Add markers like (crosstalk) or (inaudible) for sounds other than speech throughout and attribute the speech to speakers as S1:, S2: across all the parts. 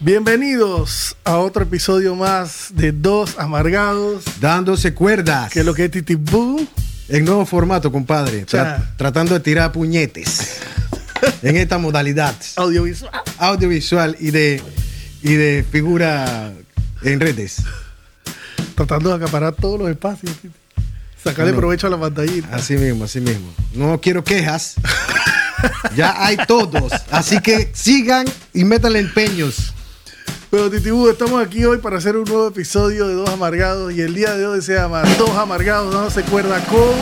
S1: Bienvenidos a otro episodio más de Dos Amargados.
S2: Dándose cuerdas.
S1: Que es lo que es Titi Boo.
S2: En nuevo formato, compadre. Tra-
S1: Ya.
S2: tratando de tirar puñetes. en esta modalidad.
S1: Audiovisual. Ah,
S2: Audiovisual y de, y de figura en redes.
S1: Tratando de acaparar todos los espacios. Titi. Sacarle
S2: Bueno.
S1: provecho a la pantallita.
S2: Así mismo, así mismo. No quiero quejas. Ya hay todos. Así que sigan y métanle empeños.
S1: Pero Titi Boo, estamos aquí hoy para hacer un nuevo episodio de Dos Amargados. Y el día de hoy se llama Dos Amargados no se cuerda con.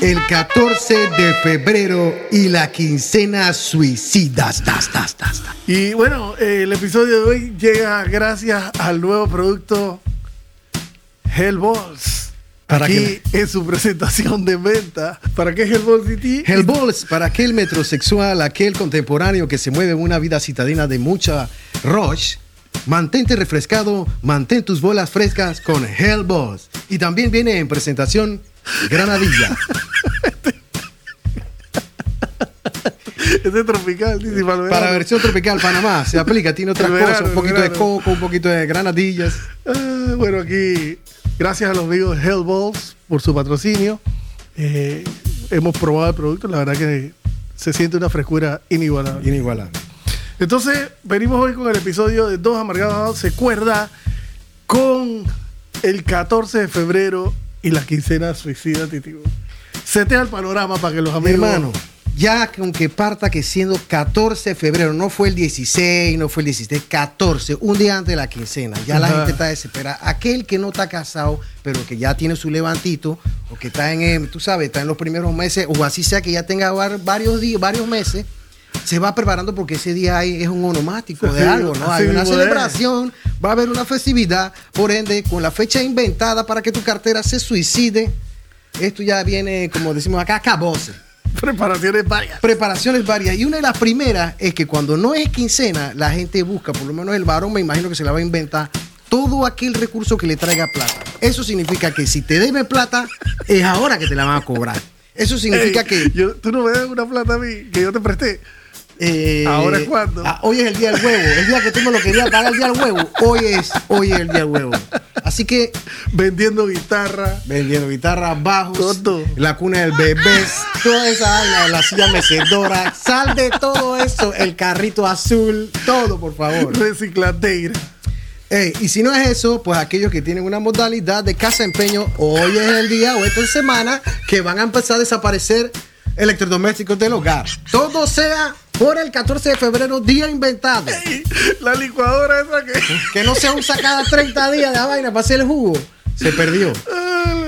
S2: El 14 de febrero y la quincena suicidas. Das, das, das, das.
S1: Y bueno, eh, el episodio de hoy llega gracias al nuevo producto Hellballs.
S2: Para
S1: Aquí en su presentación de venta. ¿Para qué Hellballs, Titi?
S2: Hellballs para aquel metrosexual, aquel contemporáneo que se mueve en una vida citadina de mucha rush. Mantente refrescado, mantén tus bolas frescas con Hellballs. Y también viene en presentación Granadilla.
S1: Este es tropical, Titi, para el
S2: Para
S1: verano.
S2: versión tropical Panamá se aplica, tiene otras
S1: El verano,
S2: cosas, un
S1: el
S2: poquito de
S1: verano.
S2: coco, un poquito de granadillas.
S1: Ah, bueno, aquí, gracias a los amigos de Hellballs por su patrocinio. Eh, hemos probado el producto, la verdad que se siente una frescura inigualable.
S2: Inigualable.
S1: Entonces, venimos hoy con el episodio de Dos Amargados se cuerda con el 14 de febrero y la quincena suicida, Titibo. Setea el panorama para que los
S2: Mi
S1: amigos.
S2: hermano, ya que aunque parta que siendo 14 de febrero, no fue el 16, no fue el 17, 14, un día antes de la quincena, ya la
S1: Ajá.
S2: gente está desesperada. Aquel que no está casado, pero que ya tiene su levantito, o que está en, eh, tú sabes, está en los primeros meses, o así sea que ya tenga var- varios días, varios meses, se va preparando porque ese día hay- es un onomático
S1: Sí,
S2: de algo, ¿no?
S1: así
S2: Hay una
S1: mismo es.
S2: celebración, va a haber una festividad, por ende, con la fecha inventada para que tu cartera se suicide. Esto ya viene, como decimos acá, caboce.
S1: Preparaciones varias.
S2: Preparaciones varias. Y una de las primeras es que cuando no es quincena, la gente busca, por lo menos el varón me imagino que se la va a inventar, todo aquel recurso que le traiga plata. Eso significa que si te debe plata, es ahora que te la van a cobrar. Eso significa
S1: Ey,
S2: que...
S1: yo- tú no me das una plata a mí que yo te presté.
S2: eh,
S1: ¿ahora es cuándo?
S2: ah, hoy es el día del huevo. El día que tú me lo querías pagar el día del huevo. Hoy es, hoy es el día del huevo. Así que
S1: Vendiendo guitarra.
S2: Vendiendo guitarras, bajos,
S1: Todo.
S2: la cuna del bebé, toda esa vaina, la silla mecedora, sal de todo eso, el carrito azul, todo, por favor.
S1: Reciclateira.
S2: Ey, y si no es eso, pues aquellos que tienen una modalidad de casa empeño, hoy es el día o esta semana que van a empezar a desaparecer electrodomésticos del hogar. Todo sea por el 14 de febrero, día inventado.
S1: Ey, La licuadora esa que.
S2: Que no se usa cada 30 días de la vaina para hacer el jugo. Se perdió.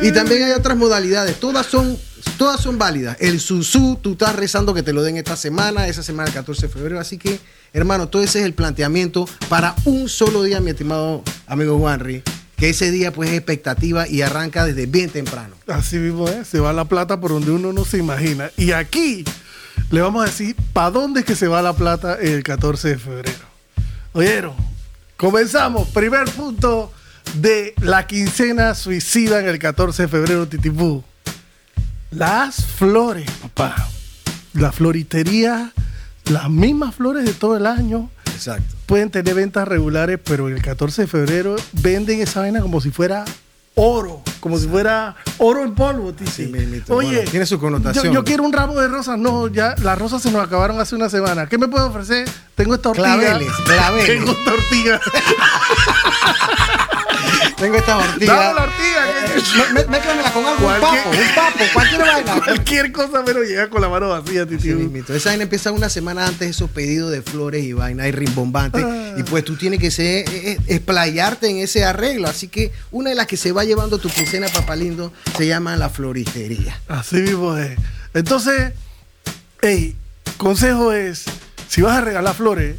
S2: Y también hay otras modalidades, todas son, todas son válidas. El susú, tú estás rezando que te lo den esta semana, esa semana el 14 de febrero. Así que, hermano, todo ese es el planteamiento para un solo día, mi estimado amigo Juanri. Que ese día, pues, es expectativa y arranca desde bien temprano.
S1: Así mismo es, se va la plata por donde uno no se imagina. Y aquí le vamos a decir para dónde es que se va la plata el 14 de febrero. ¿Oyeron? Comenzamos. Primer punto de la quincena suicida en el 14 de febrero, Titipú. Las flores, papá. La floritería, las mismas flores de todo el año.
S2: Exacto.
S1: Pueden tener ventas regulares, pero el 14 de febrero venden esa vaina como si fuera oro, como si fuera oro en polvo, Titi.
S2: Así mismito, bueno, tiene su connotación.
S1: Yo, yo quiero un ramo de rosas, no, ya las rosas se nos acabaron hace una semana. ¿Qué me puede ofrecer? Tengo esta ortiga.
S2: Claveles, claveles.
S1: Tengo esta
S2: (laughs)
S1: ortiga.
S2: Tengo esta ortiga.
S1: Dame la ortiga.
S2: Eh,
S1: que-
S2: Me- me- méclamela con algo, un
S1: Cualquier-
S2: papo, un papo, cualquier vaina.
S1: (laughs) Cualquier cosa menos llegar con la mano vacía, Titi.
S2: Así mismito. Esa vaina empieza una semana antes esos pedidos de flores y vaina y rimbombantes.
S1: Ah.
S2: Y pues tú tienes que ser, eh, eh, explayarte en ese arreglo. Así que una de las que se va llevando tu quincena, papalindo, se llama la floristería.
S1: Así mismo es. Entonces, hey, consejo es, si vas a regalar flores,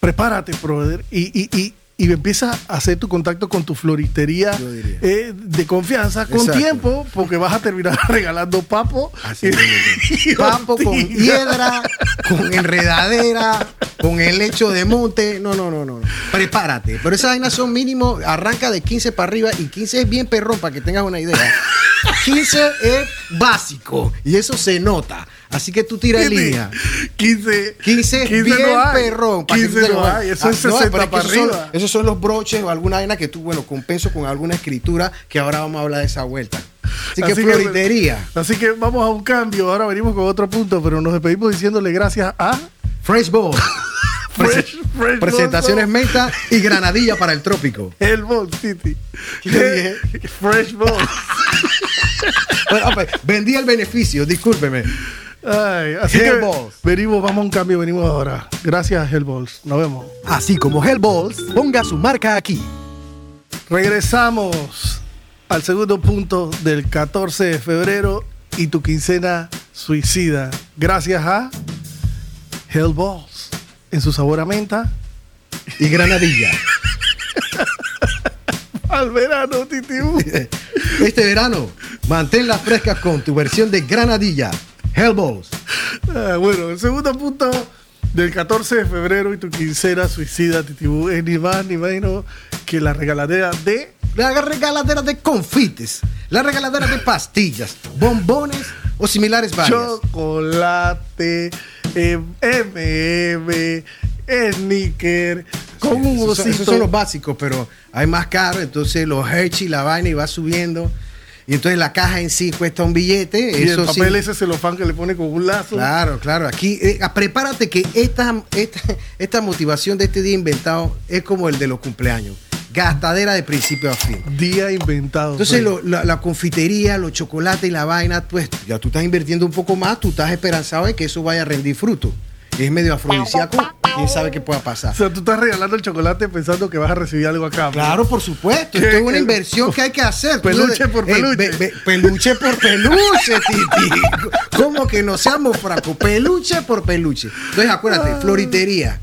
S1: prepárate, brother, y, y, y, y empieza a hacer tu contacto con tu floristería
S2: Yo diría.
S1: eh, de confianza con
S2: Exacto.
S1: tiempo, porque vas a terminar (laughs) regalando papo.
S2: Así mismo.
S1: y (laughs)
S2: Papo con
S1: ortiga.
S2: hiedra, con enredadera, con el hecho de monte. No, no, no, no. Prepárate. Pero esas vainas son mínimo, arranca de 15 para arriba y 15 es bien perrón para que tengas una idea. 15 es básico y eso se nota. Así que tú tiras línea.
S1: 15.
S2: 15 es
S1: 15
S2: bien
S1: no hay.
S2: perrón. para que
S1: 15
S2: tú te
S1: no
S2: lo hagas.
S1: hay. Eso es
S2: Ah, no,
S1: 60
S2: pero que
S1: para
S2: esos son-
S1: arriba.
S2: esos son los broches o alguna vaina que tú, bueno, compenso con alguna escritura que ahora vamos a hablar de esa vuelta. Así que floritería.
S1: así que vamos a un cambio. Ahora venimos con otro punto, pero nos despedimos diciéndole gracias a
S2: Fresh
S1: (laughs)
S2: Ball.
S1: Fresh- Fresh
S2: presentaciones
S1: Ball.
S2: menta y granadilla para el trópico.
S1: El Ball City. Eh,
S2: ¿Qué
S1: Fresh Ball.
S2: Bueno, ah, pues, vendí el beneficio, discúlpeme.
S1: Ay, así que
S2: Hellballs.
S1: venimos, vamos a un cambio, venimos ahora. Gracias, Hellballs. Nos vemos.
S2: Así como Hellballs, ponga su marca aquí.
S1: Regresamos al segundo punto del 14 de febrero y tu quincena suicida. Gracias a Hellballs. En su sabor a menta.
S2: Y granadilla. (laughs)
S1: Al verano, Titibú.
S2: Este verano, manténlas frescas con tu versión de granadilla. Hellballs.
S1: Ah, bueno, el segundo punto del 14 de febrero y tu quincena suicida, Titibú, es ni más ni menos que la regaladera de
S2: La regaladera de confites, la regaladera de pastillas, bombones o similares varias.
S1: chocolate, eh, MM, sneaker, con un
S2: Esos son-
S1: osito.
S2: Esos son los básicos, pero hay más caro, entonces los Hershey, la vaina y va subiendo. Y entonces la caja en sí cuesta un billete.
S1: y
S2: eso
S1: el
S2: sí.
S1: papel ese celofán que le pone con un lazo.
S2: Claro, claro. Aquí, eh, ah, prepárate que esta, esta, esta motivación de este día inventado es como el de los cumpleaños. Gastadera de principio a fin.
S1: Día inventado. pues.
S2: Entonces,
S1: Freddy.
S2: lo- la, la confitería, los chocolates y la vaina, pues ya tú estás invirtiendo un poco más, tú estás esperanzado de que eso vaya a rendir fruto. Es medio afrodisíaco, quién sabe qué pueda pasar.
S1: O sea, tú estás regalando el chocolate pensando que vas a recibir algo acá. pues.
S2: Claro, por supuesto. Esto
S1: ¿Qué? (laughs)
S2: es una inversión que hay que hacer. Tú no
S1: Peluche
S2: de-
S1: por
S2: Eh,
S1: peluche.
S2: pe- pe- peluche por peluche, Titi. (laughs) ¿Cómo que no seamos fracos? Peluche por peluche. Entonces, acuérdate, floritería.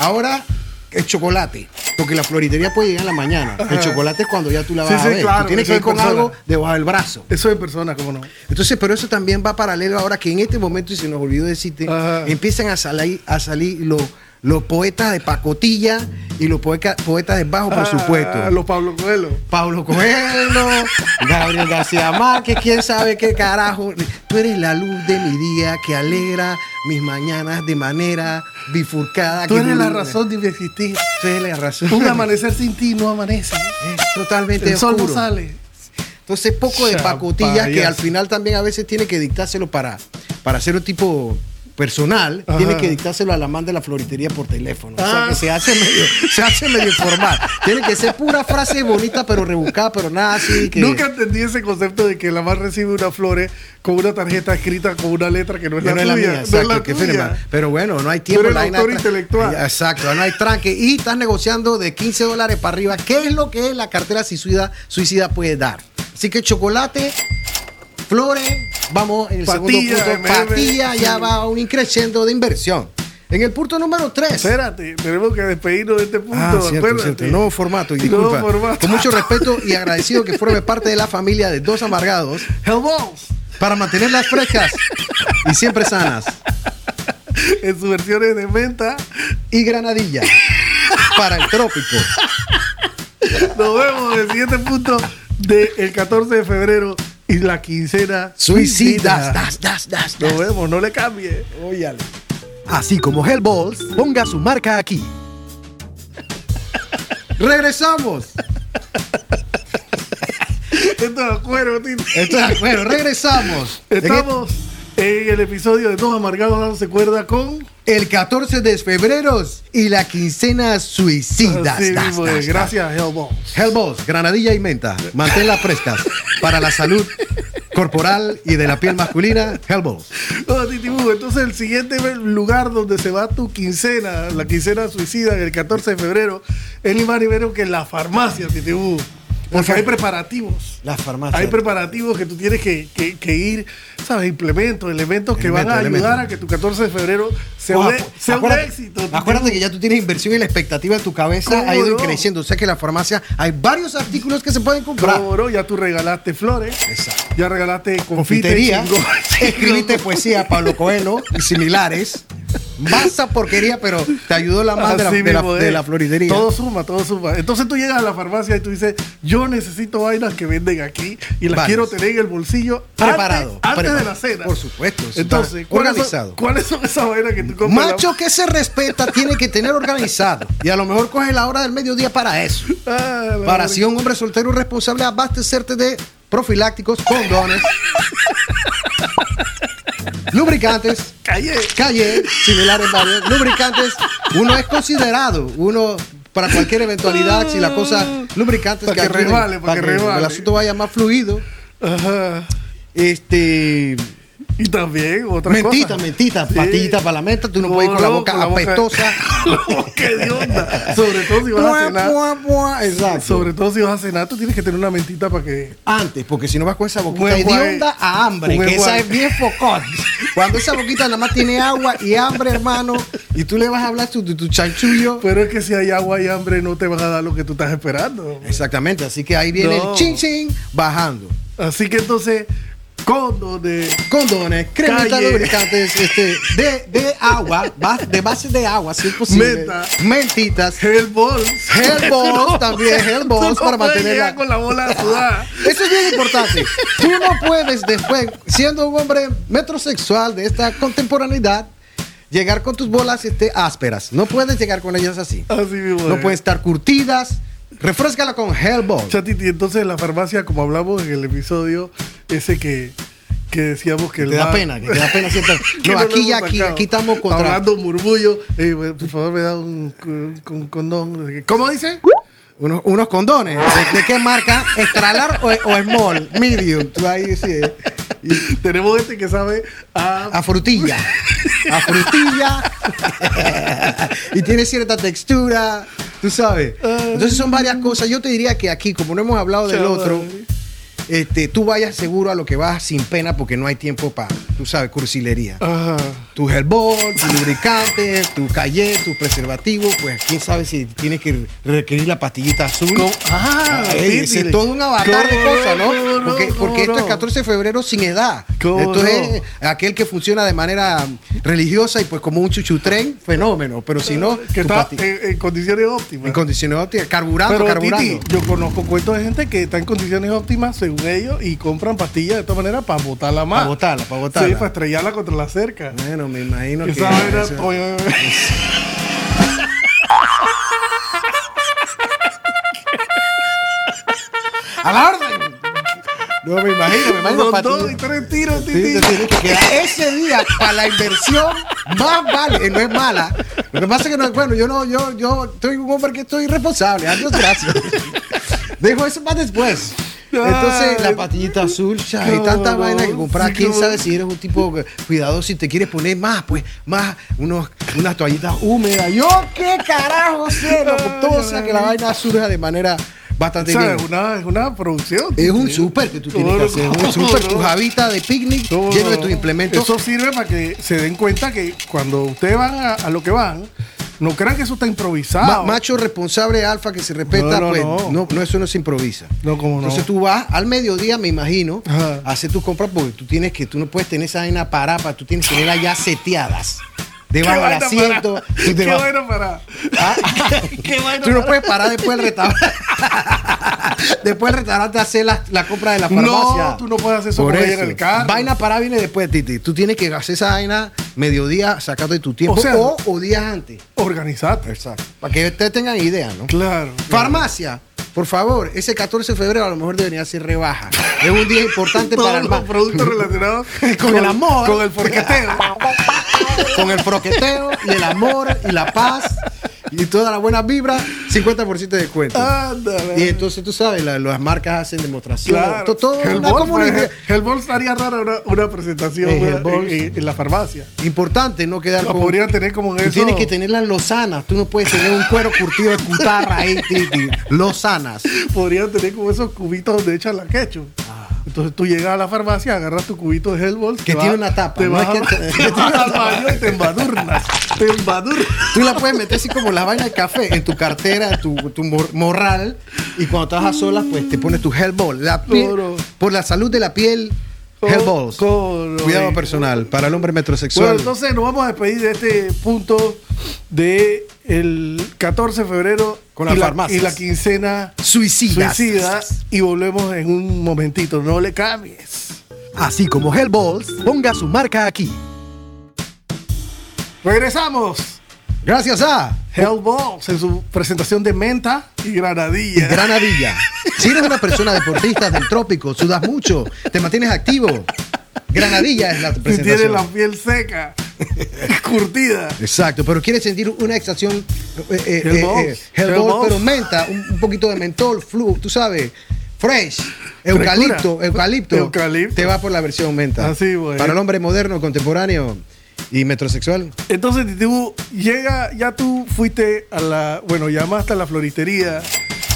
S2: Ahora, el chocolate. Porque la floritería puede llegar en la mañana. El chocolate es cuando ya tú la vas
S1: Sí,
S2: a
S1: sí,
S2: ver. Tú
S1: claro,
S2: tienes
S1: eso
S2: que ir
S1: en
S2: con
S1: persona.
S2: algo debajo del brazo.
S1: Eso de persona, cómo no.
S2: Entonces, pero eso también va paralelo ahora que en este momento, y se nos olvidó decirte,
S1: Ajá.
S2: empiezan a salir, a salir los, los poetas de pacotilla y los poeca- poetas de bajo
S1: Ah,
S2: presupuesto.
S1: los Pablo Coelho.
S2: Pablo Coelho, Gabriel García Márquez, quién sabe qué carajo. Tú eres la luz de mi día que alegra mis mañanas de manera bifurcada.
S1: Tú
S2: que
S1: eres
S2: no-
S1: la razón de mi existir.
S2: Tú eres la razón.
S1: Un amanecer sin ti no amanece.
S2: Es (laughs) Totalmente
S1: El sol no
S2: oscuro.
S1: sale.
S2: Entonces, poco de
S1: Chao,
S2: pacotillas que
S1: payaso.
S2: al final también a veces tiene que dictárselo para, para hacer un tipo personal,
S1: Ajá.
S2: tiene que dictárselo al amante de la floritería por teléfono. O
S1: Ah.
S2: sea, que se hace medio, se hace medio informal. Tiene que ser pura frase bonita, pero rebuscada, pero nada así. Que,
S1: Nunca entendí ese concepto de que la más recibe unas flores con una tarjeta escrita con una letra que no es
S2: que
S1: Pues la tuya.
S2: no es la mía,
S1: no es
S2: exacto,
S1: la
S2: que
S1: tuya.
S2: firma. Pero bueno, no hay tiempo.
S1: eres
S2: la
S1: el
S2: vaina
S1: autor
S2: tra-
S1: intelectual.
S2: Exacto, no hay tranque. Y estás negociando de 15 dólares para arriba. ¿Qué es lo que la cartera suicida, suicida puede dar? Así que chocolate, flores, vamos en el
S1: Patilla,
S2: segundo punto.
S1: MM.
S2: Patilla, ya va un increciendo de inversión. En el punto número 3.
S1: Espérate, tenemos que despedirnos de este punto.
S2: Ah, cierto,
S1: acuérdate.
S2: cierto. Nuevo formato, y disculpa.
S1: Nuevo formato.
S2: Con
S1: (laughs)
S2: mucho respeto y agradecido que forme parte de la familia de Dos Amargados
S1: Hellballs,
S2: para mantenerlas frescas y siempre sanas.
S1: en sus versiones de venta.
S2: y granadilla (laughs) para el trópico.
S1: Nos vemos en el siguiente punto del 14 de febrero y la quincena
S2: Suicidas.
S1: suicida.
S2: Das, das, das, das.
S1: Nos vemos, no le cambie.
S2: Óyale. Así como Hellballs, ponga su marca aquí. Regresamos.
S1: Esto es acuerdo, Tito.
S2: Esto es- bueno, regresamos.
S1: Estamos en el episodio de Dos Amargados dándose cuerda con.
S2: El 14 de febrero y la quincena suicidas.
S1: Así
S2: Das,
S1: mismo
S2: das,
S1: es.
S2: das.
S1: Gracias, Hellballs.
S2: Hellballs, granadilla y menta. Manténlas frescas para la salud corporal y de la piel masculina. Hellballs.
S1: No, Titi Bugo, entonces el siguiente lugar donde se va tu quincena, la quincena suicida del 14 de febrero, es ni más ni menos que la farmacia, Titi Bugo. Porque hay preparativos.
S2: La farmacia.
S1: Hay preparativos que tú tienes que, que- que ir, ¿sabes? Implementos, elementos que van a ayudar
S2: Elemento, elemento.
S1: a que tu 14 de febrero sea,
S2: Ojo,
S1: un, e-
S2: acu-
S1: sea un
S2: acuérdate-
S1: éxito. Titi
S2: Acuérdate
S1: Bugo.
S2: que ya tú tienes inversión y la expectativa de tu cabeza
S1: ¿Cómo
S2: ha ido
S1: no?
S2: creciendo. O sea que en la farmacia hay varios artículos que se pueden comprar.
S1: Como, ¿no? ya tú regalaste flores,
S2: Exacto.
S1: ya regalaste confites, (laughs)
S2: (laughs) Confitería,
S1: chingón, chingón.
S2: escribiste poesía a Pablo Coelho y similares. Masa porquería, pero te ayudó la más de la,
S1: Así
S2: de la-
S1: mismo
S2: de
S1: es.
S2: la floridería.
S1: Todo suma, todo suma. Entonces tú llegas a la farmacia y tú dices, yo necesito vainas que venden aquí y las
S2: Vainas.
S1: quiero tener en el bolsillo antes-
S2: Preparado,
S1: antes,
S2: preparado.
S1: de la cena.
S2: Por supuesto, eso
S1: Entonces,
S2: está
S1: ¿cuáles son-
S2: organizado.
S1: ¿cuáles son esas vainas que tú compras?
S2: Macho que se respeta tiene que tener organizado. Y a lo mejor coge la hora del mediodía para eso.
S1: Ah, la
S2: Para
S1: verga.
S2: así un hombre soltero responsable abastecerte de
S1: (laughs)
S2: profilácticos, condones, lubricantes,
S1: Calle.
S2: calle, similares varios, lubricantes. Uno es considerado, uno para cualquier eventualidad, si la cosa lubricantes
S1: Pa' que
S2: ayuden,
S1: resbale, pa'
S2: pa'
S1: que
S2: que el
S1: resbale.
S2: asunto vaya más fluido.
S1: Ajá.
S2: Este
S1: Y también otra
S2: mentita,
S1: cosa.
S2: mentita,
S1: Sí.
S2: patita para la menta, tú no, puedes ir con la
S1: no,
S2: boca apestosa.
S1: (laughs) la boca de onda. Sobre todo si vas a
S2: Buah,
S1: cenar.
S2: buah, buah, Exacto.
S1: Sobre todo si vas a cenar, tú tienes que tener una mentita para que
S2: Antes, porque si no vas con esa boquita
S1: Buen guay.
S2: hedionda a hambre,
S1: Buen
S2: que esa
S1: guay.
S2: es bien focón. Cuando esa boquita nada más tiene agua y hambre, hermano, y tú le vas a hablar tu, tu, tu chanchullo.
S1: Pero es que si hay agua y hambre no te van a dar lo que tú estás esperando.
S2: Exactamente, así que ahí viene
S1: No.
S2: el chin chin bajando.
S1: Así que entonces, condo de...
S2: Condones, cremitas
S1: Calle.
S2: lubricantes, este, de, de agua, ba- de base de agua, si es posible.
S1: Meta.
S2: Mentitas.
S1: Hellballs.
S2: Hellballs (laughs)
S1: No.
S2: también, Hellballs
S1: Tú
S2: para
S1: no puedes
S2: mantener
S1: llegar
S2: la-
S1: con la bola sudada.
S2: Eso es bien importante. Tú no puedes después, siendo un hombre metrosexual de esta contemporaneidad, llegar con tus bolas este, ásperas. No puedes llegar con ellas así.
S1: Así mismo.
S2: No pues.
S1: es.
S2: pueden estar curtidas. Refrescala con Hellball.
S1: Chatiti, entonces en la farmacia, como hablamos en el episodio ese que, que decíamos que... el
S2: Te da
S1: bar-
S2: pena, que te da pena siempre.
S1: (laughs) que
S2: No,
S1: no lo
S2: aquí ya,
S1: hemos
S2: aquí,
S1: sacado.
S2: aquí estamos contra.
S1: Hablando murmullo. eh, por favor, me da un, un- un condón. ¿Cómo dice?
S2: Unos, unos condones. ¿De, de qué marca? ¿Estralar o, o small? Medium. Tú ahí sí. eh.
S1: (laughs) Tenemos este que sabe a
S2: A frutilla. A frutilla. (laughs) y tiene cierta textura. Tú sabes. Entonces son varias cosas. Yo te diría que aquí, como no hemos hablado del
S1: Chaval.
S2: otro, este, tú vayas seguro a lo que vas sin pena porque no hay tiempo para, tú sabes, cursilería.
S1: Ajá.
S2: Tu herbol, tu lubricante, tu calle, tu preservativo, pues quién sabe si tienes que requerir la pastillita azul.
S1: ¿Cómo? Ah,
S2: Ah, eh, ese
S1: dile.
S2: es todo un avatar de
S1: ¿Cómo
S2: cosas, ¿no?
S1: cómo
S2: porque
S1: cómo
S2: porque esto
S1: no?
S2: es 14 de febrero sin edad.
S1: ¿Cómo
S2: Esto es
S1: no?
S2: aquel que funciona de manera religiosa y pues como un chuchutren, fenómeno. Pero si no,
S1: que
S2: tu
S1: está
S2: pati-
S1: en, en condiciones óptimas.
S2: en condiciones óptimas, carburando,
S1: Pero
S2: carburando.
S1: Titi, yo conozco cuentos de gente que está en condiciones óptimas según ellos y compran pastillas de esta manera para botarla más.
S2: Para botarla, para botarla.
S1: Sí, para estrellarla contra la cerca.
S2: Bueno, me imagino que...
S1: Esa vaina-
S2: eso-
S1: oye,
S2: ¡A la orden! No, me imagino, me imagino.
S1: Son
S2: pati-
S1: dos y tres tiros,
S2: Sí,
S1: Titi.
S2: te tienes que quedar ese día para la inversión más vale, eh, no es mala. Lo que pasa es que no, bueno, yo no, yo, yo soy un hombre que estoy responsable, adiós, gracias. Dejo eso para después. Entonces, la patillita azul, cha, hay
S1: No,
S2: tantas
S1: no,
S2: vainas que comprar.
S1: sí,
S2: Quién
S1: no.
S2: sabe si eres un tipo cuidadoso y te quieres poner más, pues, más, unos, unas toallitas húmedas. Yo, qué carajo, cielo. Todo sea que la vaina surja de manera
S1: O
S2: bastante
S1: sea,
S2: bien.
S1: es, una, es una producción.
S2: Es un
S1: Titi.
S2: súper que tú tienes
S1: No,
S2: que hacer. Es un
S1: no,
S2: súper.
S1: no.
S2: Tu javita de picnic
S1: No,
S2: lleno de
S1: no.
S2: tus implementos.
S1: Eso sirve para que se den cuenta que cuando ustedes van a, a lo que van, no crean que eso está
S2: Ma-
S1: improvisado.
S2: macho responsable alfa que se respeta,
S1: Ah. No, no,
S2: pues
S1: no.
S2: no. no, eso no se improvisa.
S1: No, cómo no.
S2: Entonces tú vas al mediodía, me imagino,
S1: Ajá.
S2: a hacer tus compras porque tú tienes que, tú no puedes tener esa vaina parada, pa- tú tienes que tenerla ya seteadas. Debajo del
S1: vaina
S2: asiento.
S1: para-
S2: tú
S1: Qué
S2: debajo-
S1: bueno para.
S2: Ah,
S1: (laughs) Qué bueno
S2: Tú no
S1: para-
S2: puedes parar después del restaurante. (laughs) después del restaurante a hacer la, la compra de la
S1: No,
S2: farmacia.
S1: tú no puedes hacer eso porque llega el carro.
S2: Vaina parada viene después, Titi. Tú tienes que hacer esa vaina mediodía, sacando tu tiempo.
S1: O
S2: O,
S1: sea,
S2: o, días antes.
S1: Organizate.
S2: Exacto. Para que ustedes tengan idea, ¿no?
S1: Claro.
S2: Farmacia, por favor, ese 14 de febrero a lo mejor debería ser rebaja. Es un día importante
S1: Todos
S2: para el
S1: los
S2: ma-
S1: productos relacionados
S2: (laughs) Con el amor.
S1: Con el
S2: (laughs)
S1: forqueteo.
S2: con el froqueteo y el amor y la paz y toda la buena vibra, 50% de descuento.
S1: Ah, Ándale.
S2: Y entonces tú sabes, la- las marcas hacen demostración.
S1: Claro.
S2: To- Todo, una
S1: Hellball,
S2: comunidad.
S1: pues, Hellball estaría raro una, una presentación
S2: Eh,
S1: ¿verdad?
S2: Hellball.
S1: en, en- en la farmacia.
S2: Importante no quedar
S1: La
S2: con.
S1: podrían tener como en
S2: Tú
S1: eso.
S2: tienes que tenerlas lozanas. Tú no puedes tener un cuero curtido de cutarra ahí, Titi. Lozanas.
S1: Podrían tener como esos cubitos donde echan la ketchup. Entonces tú llegas a la farmacia, agarras tu cubito de Hellball.
S2: Ah. Que tiene una tapa,
S1: Te
S2: no
S1: vas,
S2: es que-
S1: a- (laughs) te vas al baño y te
S2: (laughs)
S1: embadurnas. Te embadurnas.
S2: Tú la puedes meter así como la vaina de café en tu cartera, en tu, tu mor- morral. Y cuando estás a solas, pues te pones tu hellball. La piel-
S1: Claro.
S2: por la salud de la piel, Hellballs.
S1: Con-
S2: Cuidado personal para el hombre metrosexual.
S1: Bueno, entonces nos vamos a despedir de este punto de el 14 de febrero
S2: Con las
S1: y, la,
S2: farmacias.
S1: y la quincena
S2: Suicidas.
S1: suicida y volvemos en un momentito, no le cambies.
S2: Así como Hellballs, ponga su marca aquí.
S1: Regresamos.
S2: Gracias a
S1: Hellballs en su presentación de menta y granadilla.
S2: Granadilla. Si eres una persona deportista del trópico, sudas mucho, te mantienes activo. Granadilla es la
S1: si tienes
S2: presentación.
S1: la piel seca, curtida.
S2: Exacto, pero quieres sentir una extracción eh, eh,
S1: Hellballs.
S2: eh, eh, Hellballs,
S1: Hellballs.
S2: pero menta, un, un poquito de mentol, flu, tú sabes, fresh, eucalipto,
S1: Frescura.
S2: eucalipto,
S1: Eucalipto. Ah,
S2: te va por la versión menta.
S1: Así, güey.
S2: Para el hombre moderno, contemporáneo y metrosexual,
S1: Entonces, tú llega, ya tú fuiste a la, bueno, llamaste a la floristería,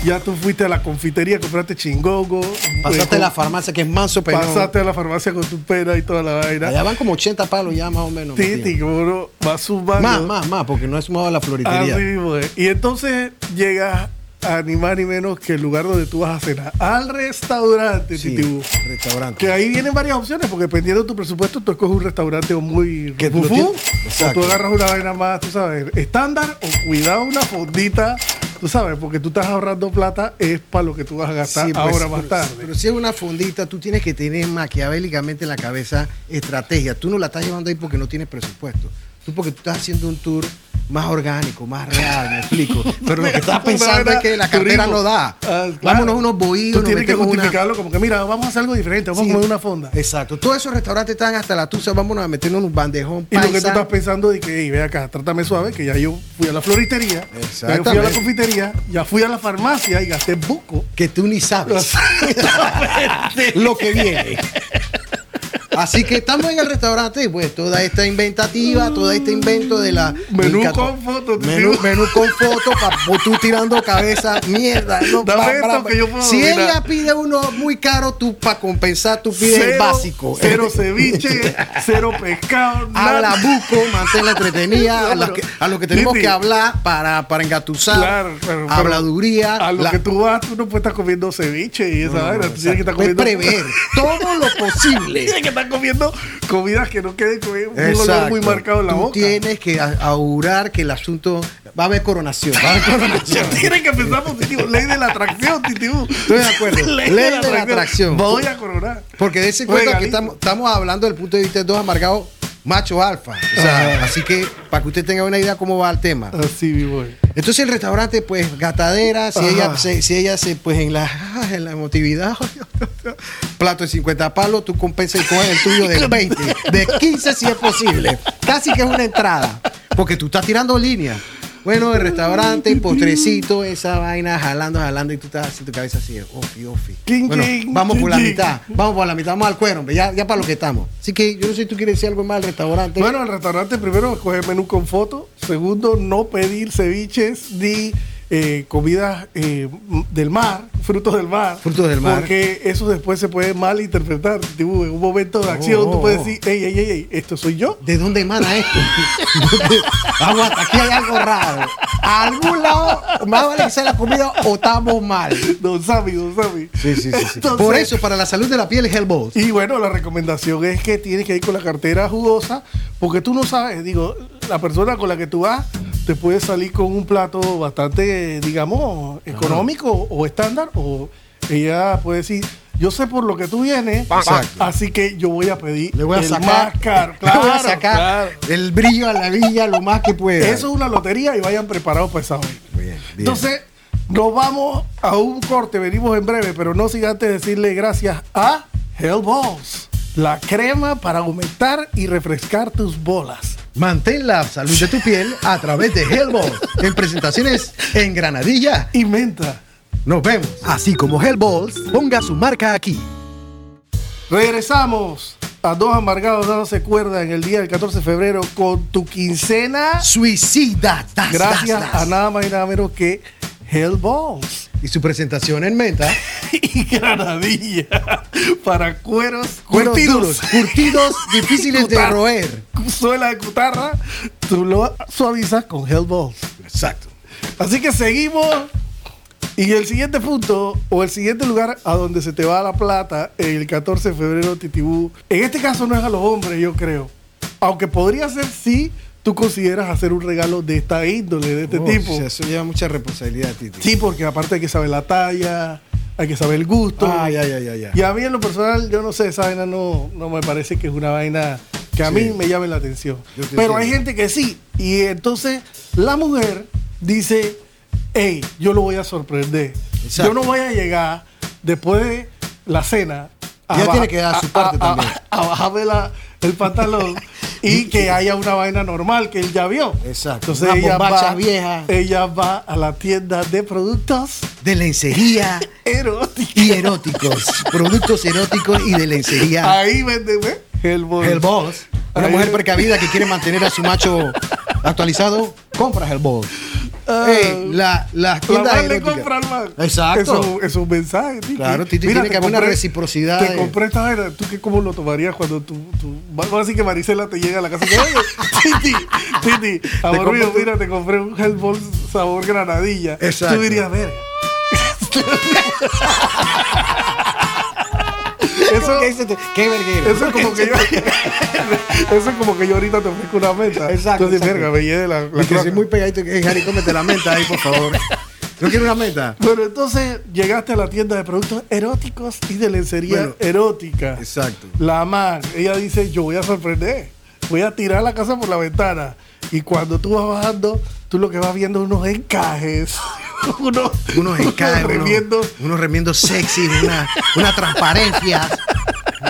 S1: ya tú fuiste a la confitería, compraste chingongo. eh,
S2: pasaste
S1: con-
S2: a la farmacia que es manso pero
S1: Pasaste a la farmacia con tu pera y toda la
S2: Allá
S1: vaina.
S2: van como 80 palos ya más o menos. Matías.
S1: Titi, bro, va sumando.
S2: Más, más, más, porque no he sumado a la floritería.
S1: Así, güey. Y entonces llegas a ni más ni menos que el lugar donde tú vas a cenar, al restaurante,
S2: Sí,
S1: Titibú.
S2: restaurante.
S1: Que ahí vienen varias opciones, porque dependiendo de tu presupuesto, tú escoges un restaurante o muy
S2: Que
S1: fufú,
S2: lo tiene-
S1: o tú
S2: Exacto.
S1: agarras una vaina más, tú sabes, estándar, o cuidado una fondita, tú sabes, porque tú estás ahorrando plata, es para lo que tú vas a gastar
S2: Sí, pues,
S1: ahora más
S2: pero-
S1: tarde.
S2: Pero si es una fundita, tú tienes que tener maquiavélicamente en la cabeza estrategia. Tú no la estás llevando ahí porque no tienes presupuesto. Tú porque tú estás haciendo un tour más orgánico, más real,
S1: (laughs)
S2: me explico. Pero lo que estás
S1: Una
S2: pensando
S1: vaina
S2: es que la cartera
S1: turismo.
S2: no da.
S1: Ah, claro.
S2: Vámonos unos bohíos,
S1: Tú
S2: nos
S1: tienes que
S2: metemos una-
S1: justificarlo como que, mira, vamos a hacer algo diferente, vamos
S2: Sí.
S1: a comer una fonda.
S2: Exacto. Todos esos restaurantes están hasta la tusa, vámonos a meternos en un bandejón
S1: Y lo que tú
S2: paisa.
S1: estás pensando es que, hey, ve acá, trátame suave, que ya yo fui a la floristería, ya yo fui a la
S2: Exactamente.
S1: confitería, ya fui a la farmacia y gasté
S2: (laughs)
S1: buco.
S2: que tú ni sabes lo que viene. Así que estamos en el restaurante, y pues toda esta inventativa, todo este invento de la...
S1: Menú
S2: del-
S1: con foto, tío.
S2: Menú, menú con foto, pa- tú tirando cabeza, mierda. no,
S1: Dame esto que yo puedo
S2: si ella
S1: dominar.
S2: pide uno muy caro, tú para compensar, tú pides el
S1: Cero-
S2: básico. Este,
S1: Cero
S2: (laughs)
S1: ceviche, cero pescado,
S2: Habla
S1: nada.
S2: buco, manténla entretenida,
S1: No,
S2: a, las
S1: pero-
S2: que- a lo que tenemos
S1: Titi.
S2: que hablar para, para engatusar,
S1: Claro, claro, pero
S2: habladuría.
S1: A lo
S2: la-
S1: que tú vas, tú no puedes estar comiendo ceviche y esa vaina. tú tienes que estar
S2: Puedes
S1: comiendo.
S2: pues, prever todo lo posible.
S1: (laughs) Tienes que estar comiendo comidas que no queden con un olor
S2: Exacto.
S1: muy marcado en la
S2: Tú
S1: boca. (laughs)
S2: tienes que a- augurar que el asunto va a haber coronación. Va a haber (laughs) coronación.
S1: Tienes que pensar positivo. Ley de la atracción, Titibú.
S2: Estoy de
S1: (laughs)
S2: acuerdo. Ley de la atracción.
S1: Voy a coronar.
S2: Porque dense cuenta
S1: Oiga,
S2: que estamos, estamos hablando del punto de vista de dos amargados macho alfa. O sea,
S1: Ajá.
S2: así que para que usted tenga una idea cómo va el tema.
S1: Así, mi boy.
S2: Entonces el restaurante, pues, gatadera, si
S1: Ajá.
S2: ella, se, si ella se, pues, en la, (laughs) en la emotividad, (laughs) plato de 50 palos, tú compensas y coges el tuyo de 20, de 15 si es posible. Casi que es una entrada, porque tú estás tirando líneas. Bueno, el restaurante, postrecito, esa vaina, jalando, jalando, y tú estás haciendo tu cabeza así, de, ofi, ofi.
S1: Chin,
S2: Bueno,
S1: chin,
S2: vamos por la
S1: chin,
S2: mitad, vamos por la mitad, vamos al cuero, hombre, ya, ya para lo que estamos. Así que yo no sé si tú quieres decir algo más al restaurante.
S1: Bueno, el restaurante primero coger menú con foto. Segundo, no pedir ceviches ni eh, comidas eh, m- del mar, frutos del mar.
S2: Frutos del mar.
S1: Porque eso después se puede malinterpretar. Tipo, en un momento de acción
S2: oh,
S1: tú puedes
S2: oh.
S1: decir, ey, ey, ey, ey, esto soy yo. (laughs)
S2: ¿De dónde emana esto? (laughs) Aguanta, aquí hay algo raro. A algún lado, más vale que sea la comida o estamos mal.
S1: Don Sammy, don Sammy. (laughs) Entonces,
S2: Por eso, para la salud de la piel, Hellbows.
S1: Y bueno, la recomendación es que tienes que ir con la cartera jugosa, porque tú no sabes, digo, la persona con la que tú vas te puede salir con un plato bastante, digamos, económico o estándar, o ella puede decir, yo sé por lo que tú vienes,
S2: Exacto.
S1: así que yo voy a pedir
S2: Le voy a
S1: el
S2: sacar,
S1: más caro.
S2: (laughs) le voy a
S1: Claro,
S2: sacar
S1: claro.
S2: el brillo a la villa lo más que pueda.
S1: Eso es una lotería y vayan preparados para esa vaina.
S2: Bien, bien.
S1: Entonces, nos vamos a un corte, venimos en breve, pero no sin antes decirle gracias a Hellballs, la crema para aumentar y refrescar tus bolas.
S2: Mantén la salud de tu piel a través de Hellbows. En presentaciones en Granadilla.
S1: Y menta.
S2: Nos vemos. Así como Hellbows, ponga su marca aquí.
S1: Regresamos a Dos Amargados dándose cuerda en el día del 14 de febrero con tu quincena.
S2: Suicida. das,
S1: Gracias
S2: das, das.
S1: a nada más y nada menos que Hellballs.
S2: Y su presentación en menta.
S1: (laughs) y granadilla para cueros,
S2: Cueros
S1: curtidos.
S2: duros, (laughs) curtidos difíciles de
S1: Cutar-
S2: roer.
S1: Suela de cutarra, tú lo suavizas con Hellballs.
S2: Exacto.
S1: Así que seguimos Y el siguiente punto, o el siguiente lugar a donde se te va la plata el 14 de febrero, Titibú, en este caso no es a los hombres, yo creo. Aunque podría ser si tú consideras hacer un regalo de esta índole, de este
S2: Oh,
S1: tipo.
S2: o sea, eso lleva mucha responsabilidad, Titi.
S1: Sí, porque aparte hay que saber la talla, hay que saber el gusto.
S2: Ah, ya, ya, ya, ya.
S1: Y a mí en lo personal, yo no sé, esa vaina no, no me parece que es una vaina que a
S2: Sí.
S1: mí me llame la atención.
S2: Yo te
S1: Pero hay
S2: entiendo.
S1: gente que sí. Y entonces la mujer dice, hey, yo lo voy a sorprender.
S2: Exacto.
S1: Yo no voy a llegar después de la cena.
S2: Ella
S1: ba-
S2: tiene que dar su parte también.
S1: a bajarme la- el pantalón y que haya una vaina normal que él ya vio.
S2: Exacto,
S1: Entonces
S2: unas
S1: ella va,
S2: bombachas viejas.
S1: ella va a la tienda de productos
S2: ah. De lencería
S1: eróticos.
S2: y eróticos. (laughs) productos eróticos y de lencería.
S1: Ahí venden, ¿ves? El boss.
S2: El boss. Una
S1: Ahí-
S2: mujer precavida que quiere mantener a su macho actualizado, compras el boss.
S1: Ah.
S2: Ey, la,
S1: La
S2: las tiendas
S1: man le
S2: eróticas.
S1: compra al man.
S2: Exacto.
S1: Eso eso es un mensaje, Titi.
S2: Claro, Titi, tiene
S1: te
S2: que haber una
S1: compré-
S2: reciprocidad
S1: Te
S2: de-
S1: compré esta vaina. ¿Tú qué cómo lo tomarías cuando tú. tú... Vamos a decir que Marisela te llega a la casa y que, "Oye,
S2: (laughs)
S1: Titi, Titi, amor
S2: compré
S1: mío,
S2: tu-
S1: mira, te compré un Hellball sabor granadilla.
S2: Exacto.
S1: Tú dirías,
S2: (laughs)
S1: ver. Eso,
S2: ¿Qué dices tú? Qué verguero.
S1: Eso es como que yo. (laughs) eso es como que yo ahorita te ofrezco una meta.
S2: Exacto,
S1: Entonces,
S2: exacto.
S1: verga, me lleve la, la
S2: Y que
S1: croca.
S2: soy muy pegadito. Hey, Harry, cómete la menta ahí, por (laughs) favor. ¿No quiero una menta?
S1: Pero entonces llegaste a la tienda de productos eróticos y de lencería
S2: Bueno,
S1: erótica.
S2: exacto.
S1: La man, ella dice, yo voy a sorprender. Voy a tirar la casa por la ventana. Y cuando tú vas bajando, tú lo que vas viendo es unos encajes. (laughs) unos, (laughs)
S2: Unos encajes, unos-
S1: remiendos.
S2: unos remiendos sexy, una, una transparencia,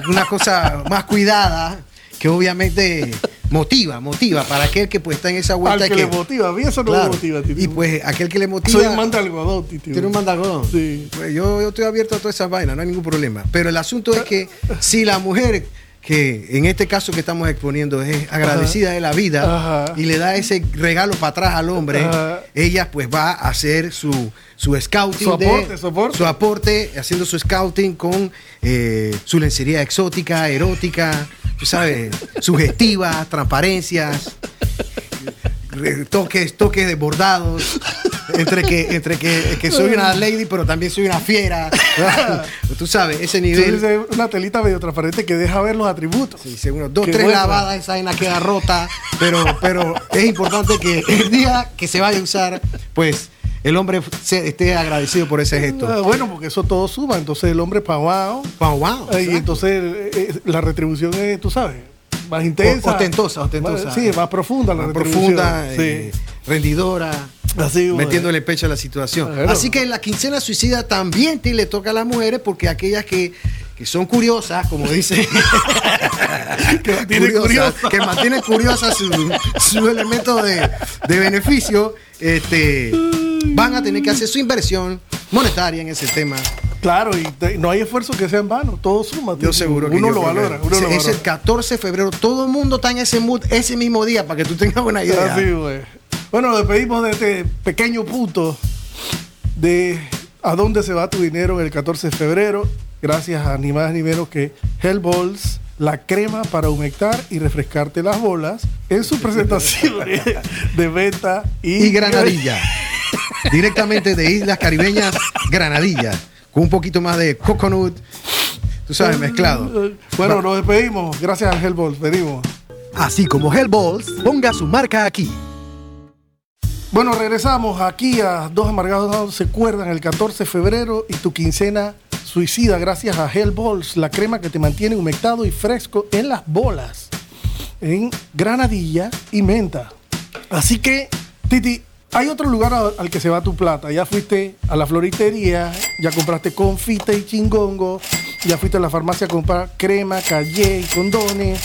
S2: una cosa más cuidada que obviamente motiva, motiva para aquel que pues está en esa
S1: Al
S2: vuelta.
S1: que,
S2: y
S1: le motiva. A mí eso no
S2: Claro.
S1: me motiva, Titi.
S2: Y pues aquel que le motiva.
S1: Soy un manda algodón, Titi.
S2: Tiene un mandagón.
S1: Sí.
S2: Pues yo, yo estoy abierto a todas esas vainas, no hay ningún problema. Pero el asunto es que si la mujer, que en este caso que estamos exponiendo, es agradecida de la vida
S1: Ajá.
S2: y le da ese regalo para atrás al hombre,
S1: Ajá.
S2: ella pues va a hacer su, su scouting.
S1: Su
S2: de-
S1: aporte, su aporte.
S2: aporte, haciendo su scouting con eh, su lencería exótica, erótica, tú sabes, (laughs) sugestiva, transparencias re- toques, toques de bordados. Entre que, entre que, que soy una lady, pero también soy una fiera. Tú sabes, ese
S1: Sí,
S2: nivel.
S1: dice, una telita medio transparente que deja ver los atributos.
S2: Sí, seguro. Dos,
S1: Qué
S2: tres
S1: bueno.
S2: lavadas, esa vaina queda rota. Pero, pero es importante que el día que se vaya a usar, pues el hombre se- esté agradecido por ese
S1: Ah,
S2: gesto.
S1: Bueno, porque eso todo suma. Entonces el hombre pavado.
S2: Wow, wow.
S1: Eh, Y
S2: exacto.
S1: entonces eh, eh, la retribución es, tú sabes, más intensa.
S2: ostentosa, ostentosa.
S1: Más- sí, más profunda la
S2: Más
S1: retribución.
S2: profunda,
S1: Sí.
S2: eh, rendidora.
S1: Así, bueno. (laughs)
S2: metiéndole pecho a la situación.
S1: Claro.
S2: Así que en la quincena suicida también te le toca a las mujeres porque aquellas que, que son curiosas, como dice,
S1: (laughs)
S2: (laughs)
S1: Que la tiene curiosa.
S2: que mantienen curiosa su, su elemento de, de beneficio, este, van a tener que hacer su inversión monetaria en ese tema.
S1: Claro, y te- no hay esfuerzo que sea en vano, todo suma.
S2: Yo
S1: tío.
S2: seguro que
S1: uno
S2: yo
S1: lo
S2: creo que
S1: valora, uno
S2: ese-
S1: lo
S2: Es el
S1: valora.
S2: 14 de febrero, todo el mundo está en ese mood ese mismo día para que tú tengas
S1: Ah,
S2: una idea.
S1: Así, güey. Bueno, nos despedimos de este pequeño punto de a dónde se va tu dinero el 14 de febrero. Gracias a ni más ni menos que Hellballs, la crema para humectar y refrescarte las bolas, en su presentación
S2: (laughs)
S1: de, de venta y,
S2: y Granadilla. Directamente de Islas Caribeñas, Granadilla. Con un poquito más de coconut, tú sabes, mezclado.
S1: (laughs) Bueno, nos despedimos. Gracias a Hellballs, venimos.
S2: Así como Hellballs, ponga su marca aquí.
S1: Bueno, regresamos aquí a Dos Amargados no se acuerdan el 14 de febrero y tu quincena suicida gracias a Hellballs, la crema que te mantiene humectado y fresco en las bolas, en granadilla y menta. Así que, Titi, hay otro lugar a- al que se va tu plata. Ya fuiste a la floristería, ya compraste confite y chingongo, ya fuiste a la farmacia a comprar crema, calle y condones.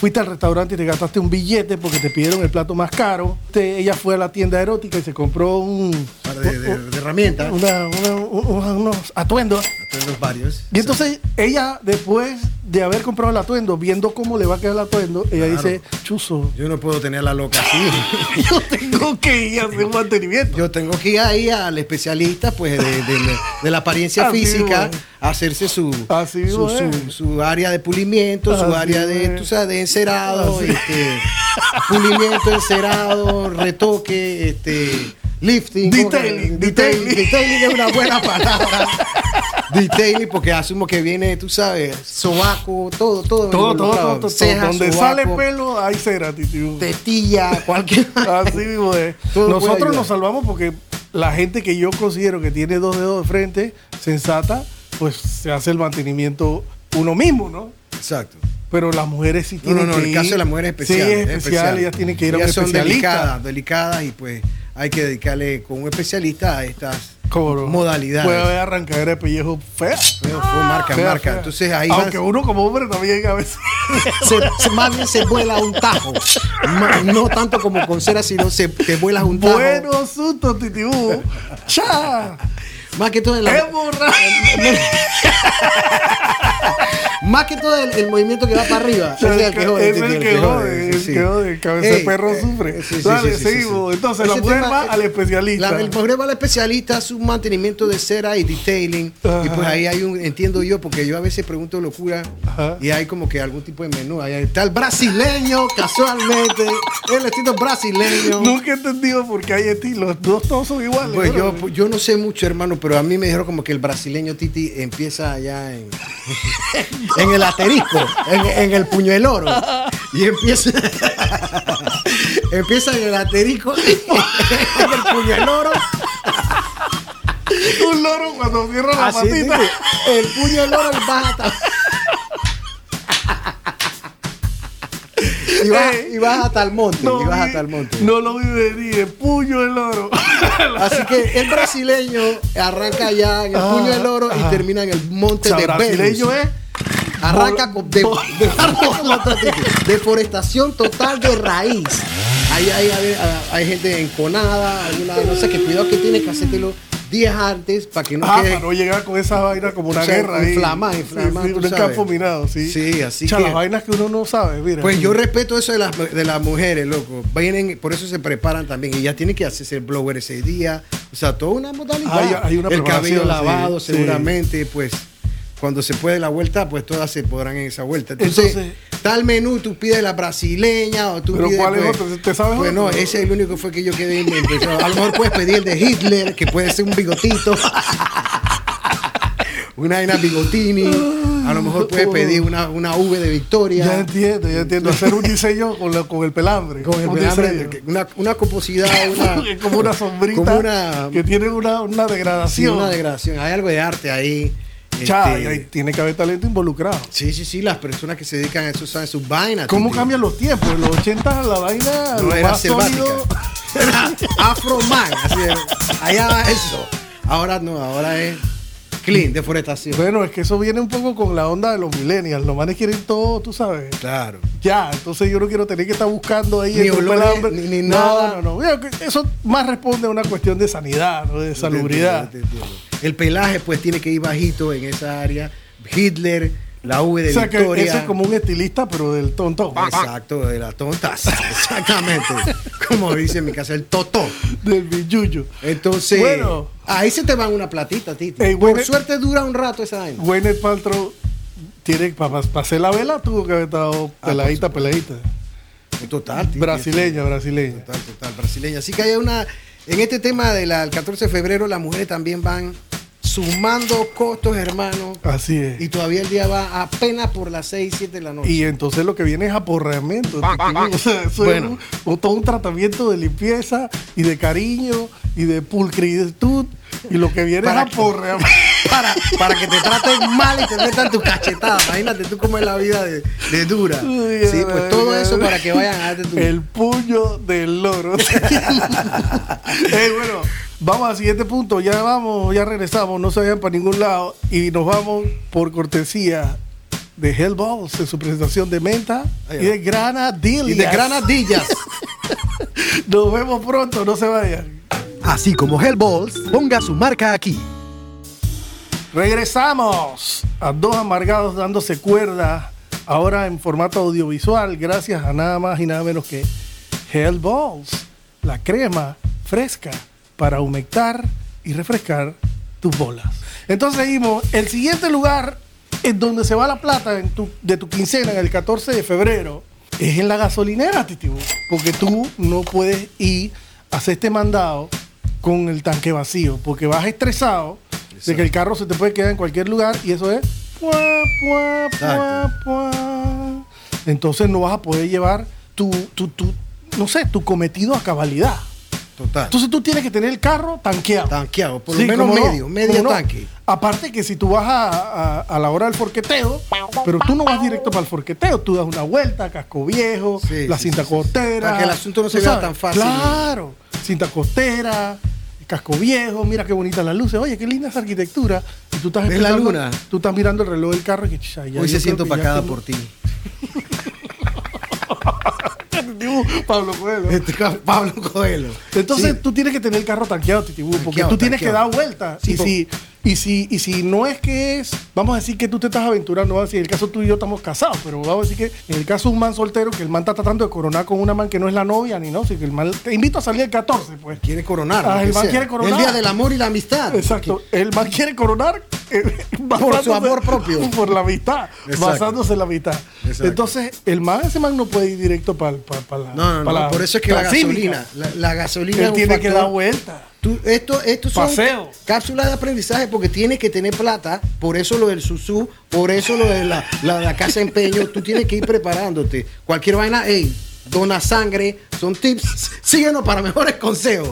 S1: Fuiste al restaurante y te gastaste un billete porque te pidieron el plato más caro. Te- ella fue a la tienda erótica y se compró un,
S2: De, de- de herramientas.
S1: una- una- un- unos atuendos.
S2: Tenemos varios.
S1: Y entonces ella, después de haber comprado el atuendo, viendo cómo le va a quedar el atuendo, ella
S2: Claro.
S1: dice, chuzo,
S2: Yo no puedo tener la loca así. (laughs)
S1: yo tengo que ir a hacer un mantenimiento.
S2: Yo tengo que ir ahí al especialista, pues, de, de- de la
S1: (laughs)
S2: apariencia
S1: Así,
S2: física,
S1: güey.
S2: a hacerse su,
S1: Así,
S2: su,
S1: güey.
S2: su- su área de pulimiento, su
S1: Así,
S2: área de,
S1: güey.
S2: tú sabes, de encerado,
S1: Así.
S2: este, pulimiento, encerado, retoque, este, Lifting. ¿cómo que?
S1: Detailing,
S2: Detailing.
S1: detailing.
S2: Detailing es una buena palabra. detailing porque asumo que viene, tú sabes, sobaco, todo, todo.
S1: Todo, todo,
S2: involucrado.
S1: todo, todo,
S2: Cejas,
S1: Donde
S2: sobaco,
S1: sale pelo, hay cera, titiú.
S2: Tetilla, cualquier.
S1: (laughs) Así mismo es.
S2: Todo puede
S1: Nosotros
S2: ayudar.
S1: nos salvamos porque la gente que yo considero que tiene dos dedos de frente, sensata, pues se hace el mantenimiento uno mismo, ¿no?
S2: Exacto.
S1: Pero las mujeres sí
S2: No,
S1: tienen
S2: no, no,
S1: que
S2: el caso
S1: ir-
S2: de las mujeres es especial.
S1: Sí, es especial. Ellas tienen que ir a un
S2: Ellas son
S1: especialista.
S2: delicadas, delicadas y pues hay que dedicarle con un especialista a estas
S1: ¿Cómo no?
S2: modalidades.
S1: Puede haber arrancadera de pellejo fea.
S2: Feo, feo, marca,
S1: Fea,
S2: marca.
S1: fea.
S2: Entonces ahí (laughs)
S1: Aunque
S2: vas-
S1: uno como hombre también a veces.
S2: Ah, se, se- más bien se vuela un tajo. Ma- No tanto como con cera, sino se, te vuelas un tajo.
S1: Bueno, susto, titibú. ¡Cha!
S2: Más que todo en la-
S1: ¡Es borracho!
S2: Más que todo el, el movimiento que va para arriba.
S1: Es (laughs) el
S2: que
S1: que jode,
S2: jode, tío,
S1: el que jode,
S2: sí,
S1: el
S2: sí.
S1: que jode, el cabeza de
S2: Ey,
S1: perro
S2: eh,
S1: sufre.
S2: sí, sí,
S1: Dale,
S2: sí, sí, sí,
S1: seguimos.
S2: sí.
S1: Entonces, la
S2: Ese
S1: mujer
S2: tema,
S1: va
S2: eh,
S1: al especialista.
S2: La, el mujer va al especialista, su mantenimiento de cera y detailing. Y pues ahí hay un, entiendo yo, porque yo a veces pregunto locura
S1: Ajá.
S2: y hay como que algún tipo de menú. Ahí está el brasileño, casualmente, el estilo brasileño.
S1: Nunca he entendido por qué hay estilos. Dos todos son iguales.
S2: Pues
S1: ¿no?
S2: yo, pues yo no sé mucho, hermano, pero a mí me dijeron como que el brasileño Titi empieza allá en, (laughs) en el asterisco, en, en el puño del oro. Y empieza, (laughs) empieza en el asterisco, (laughs) en el puño del oro. pues.
S1: Un loro cuando cierra la
S2: Así,
S1: patita.
S2: Titi, el puño del oro baja
S1: (laughs)
S2: hasta... Y vas, y vas hasta el monte, y vas
S1: vi-
S2: hasta el monte.
S1: no lo vi venir. el Puño el
S2: (laughs)
S1: oro.
S2: Así que el brasileño arranca allá en el
S1: Ajá,
S2: puño del oro y
S1: Ah, ajá.
S2: termina en el monte
S1: O sea,
S2: de
S1: brasileño
S2: Venus.
S1: es
S2: Arranca con de,
S1: (laughs) bol-
S2: de- deforestación total de raíz. Ahí hay, hay, hay gente enconada, alguna no sé que cuidado que tienes que hacértelo días antes para que no
S1: Ah,
S2: quede.
S1: para no llegar con esa vaina como una
S2: O sea,
S1: guerra ahí.
S2: inflamar,
S1: Sí,
S2: inflamar,
S1: sí,
S2: tú
S1: un
S2: sabes.
S1: campo minado, sí.
S2: Sí, así
S1: Cha,
S2: que-
S1: las vainas que uno no sabe, mira.
S2: Pues yo respeto eso de las, de las mujeres, loco. Vienen, por eso se preparan también. Y ya tienen que hacerse el blower ese día. O sea, toda una modalidad.
S1: Hay- hay una
S2: el cabello
S1: preparación,
S2: lavado,
S1: sí, sí.
S2: seguramente. Pues cuando se puede la vuelta, pues todas se podrán en esa vuelta. Entonces,
S1: Entonces-
S2: tal menú, tú pides la brasileña o tú
S1: Pero
S2: pides.
S1: ¿cuál es
S2: pues,
S1: otro? ¿Te sabes
S2: Pues no,
S1: otro?
S2: ese es el único fue que yo quedé en mente. O sea, A lo mejor puedes pedir el de Hitler, que puede ser un bigotito. (laughs) Una vaina bigotini. A lo mejor puedes pedir una, una V de Victoria.
S1: Ya entiendo, ya entiendo. Hacer un diseño con, la- con el pelambre.
S2: Con el
S1: Un
S2: pelambre,
S1: diseño.
S2: que- una, una coposidad,
S1: (laughs) Es
S2: una,
S1: (laughs) como una sombrita
S2: como una,
S1: que tiene una, una
S2: sí,
S1: degradación.
S2: una degradación. Hay algo de arte ahí.
S1: Cha,
S2: este,
S1: y ahí tiene que haber talento involucrado.
S2: sí, sí, sí, las personas que se dedican a eso saben sus vainas.
S1: ¿Cómo
S2: tío.
S1: cambian los tiempos? En los 80 la vaina
S2: No
S1: lo
S2: era
S1: más
S2: selvática.
S1: sólido-
S2: (laughs) Era Afro Man. Así era. allá va eso. Ahora no, ahora es clean, deforestación.
S1: Bueno, es que eso viene un poco con la onda de los millennials. Los manes quieren todo, tú sabes.
S2: Claro.
S1: Ya, entonces yo no quiero tener que estar buscando ahí
S2: Ni
S1: entre un
S2: olores,
S1: pelambre.
S2: ni- ni
S1: No,
S2: nada.
S1: No, no, Mira, que eso más responde a una cuestión de sanidad, ¿no? de salubridad.
S2: Te entiendo, te entiendo. El pelaje, pues, tiene que ir bajito en esa área. Hitler, la V de
S1: O sea que
S2: Victoria. Ah,
S1: eso es como un estilista, pero del tontón.
S2: Exacto, de las tontas. (laughs) Exactamente. Como dice en mi casa, el totó.
S1: (laughs) Del billuyo.
S2: Entonces,
S1: Bueno.
S2: ahí se te van una platita, Titi.
S1: Ey,
S2: Por
S1: bueno.
S2: suerte dura un rato esa vaina.
S1: Gwyneth Paltrow tiene para hacer la vela tuvo que haber estado
S2: Ah, por
S1: peladita, peladita.
S2: Total, Titi.
S1: Brasileña, brasileña.
S2: Total, total, brasileña. Así que hay una. En este tema del 14 de febrero, las mujeres también van sumando costos, hermano.
S1: Así
S2: Y
S1: es.
S2: todavía el día va apenas por las 6, 7 de la noche.
S1: Y entonces lo que viene es aporreamiento. (laughs) O sea, eso es
S2: Bueno.
S1: un- o todo un tratamiento de limpieza y de cariño y de pulcritud. Y lo que viene es
S2: Para que-
S1: aporreamiento.
S2: para, para que te traten mal y te metan tu cachetada. Imagínate tú cómo es la vida de, de dura.
S1: Uy,
S2: Sí,
S1: ay,
S2: pues todo
S1: ay,
S2: eso
S1: ay.
S2: para que vayan a darte tu.
S1: El puño del
S2: (laughs)
S1: loro. Eh, bueno, vamos al siguiente punto. Ya vamos, ya regresamos. No se vayan para ningún lado. Y nos vamos por cortesía de Hellballs en su presentación de menta
S2: Ahí
S1: y
S2: va.
S1: de granadillas.
S2: Y de granadillas.
S1: Nos vemos pronto. No se vayan.
S2: Así como Hellballs, ponga su marca aquí.
S1: Regresamos a dos amargados dándose cuerda. Ahora en formato audiovisual, gracias a nada más y nada menos que Hellballs, la crema fresca para humectar y refrescar tus bolas. Entonces seguimos. El siguiente lugar en donde se va la plata en tu- de tu quincena en el 14 de febrero es en la gasolinera, Titibu. Porque tú no puedes ir, hacer este mandado con el tanque vacío, porque vas estresado de que el carro se te puede quedar en cualquier lugar y eso es. puá, puá, puá,
S2: Exacto.
S1: puá. Entonces no vas a poder llevar tu, tu, tu, no sé, tu cometido a cabalidad.
S2: Total.
S1: Entonces tú tienes que tener el carro tanqueado.
S2: Tanqueado, por
S1: Sí,
S2: lo menos
S1: cómo no,
S2: medio, medio
S1: cómo no.
S2: tanque.
S1: Aparte que si tú vas a, a- a la hora del forqueteo, pero tú no vas directo para el forqueteo, tú das una vuelta, casco viejo,
S2: Sí,
S1: la
S2: sí,
S1: cinta
S2: sí, sí.
S1: costera.
S2: Para que el asunto no
S1: ¿tú
S2: se vea
S1: sabes?
S2: tan fácil.
S1: Claro, cinta costera, casco viejo, mira qué bonitas las luces, oye, qué linda esa arquitectura. Y tú estás
S2: ¿Ves la
S1: esperando-
S2: luna?
S1: Tú estás mirando el reloj del carro y que "Chá, ya
S2: Hoy
S1: yo
S2: se
S1: creo
S2: siento
S1: que ya
S2: pacada
S1: tengo-
S2: por ti.
S1: (laughs) Pablo Coelho.
S2: Este ca- Pablo Coelho.
S1: Entonces
S2: Sí.
S1: tú tienes que tener el carro tanqueado, Titibú, porque
S2: Tanqueado,
S1: tú tienes que
S2: tanqueado.
S1: dar vueltas.
S2: Sí,
S1: y,
S2: po-
S1: si, y, si, y si no es que es, vamos a decir que tú te estás aventurando, vamos a decir, en el caso tú y yo estamos casados, pero vamos a decir que en el caso de un man soltero, que el man está tratando de coronar con una man que no es la novia, ni no, si que el man, te invito a salir el 14, pues.
S2: quiere coronar.
S1: Ah,
S2: lo que
S1: el man
S2: sea.
S1: quiere coronar.
S2: El día del amor y la amistad.
S1: Exacto, el man quiere coronar eh, basándose-
S2: su amor propio.
S1: (laughs) Por la amistad,
S2: Exacto.
S1: basándose en la amistad.
S2: Exacto.
S1: Entonces, el man, ese man no puede ir directo para la.
S2: No, no, no.
S1: pa la-
S2: por eso es que
S1: pa
S2: la
S1: cívica.
S2: gasolina, la, la gasolina es
S1: Él
S2: un
S1: tiene que
S2: factor-
S1: dar vueltas.
S2: Tú, esto, esto son
S1: Paseo.
S2: cápsulas de aprendizaje porque tienes que tener plata, por eso lo del susú, por eso lo de la, la, la casa de empeño, tú tienes que ir preparándote. Cualquier vaina, hey, dona sangre, son tips, síguenos para mejores consejos.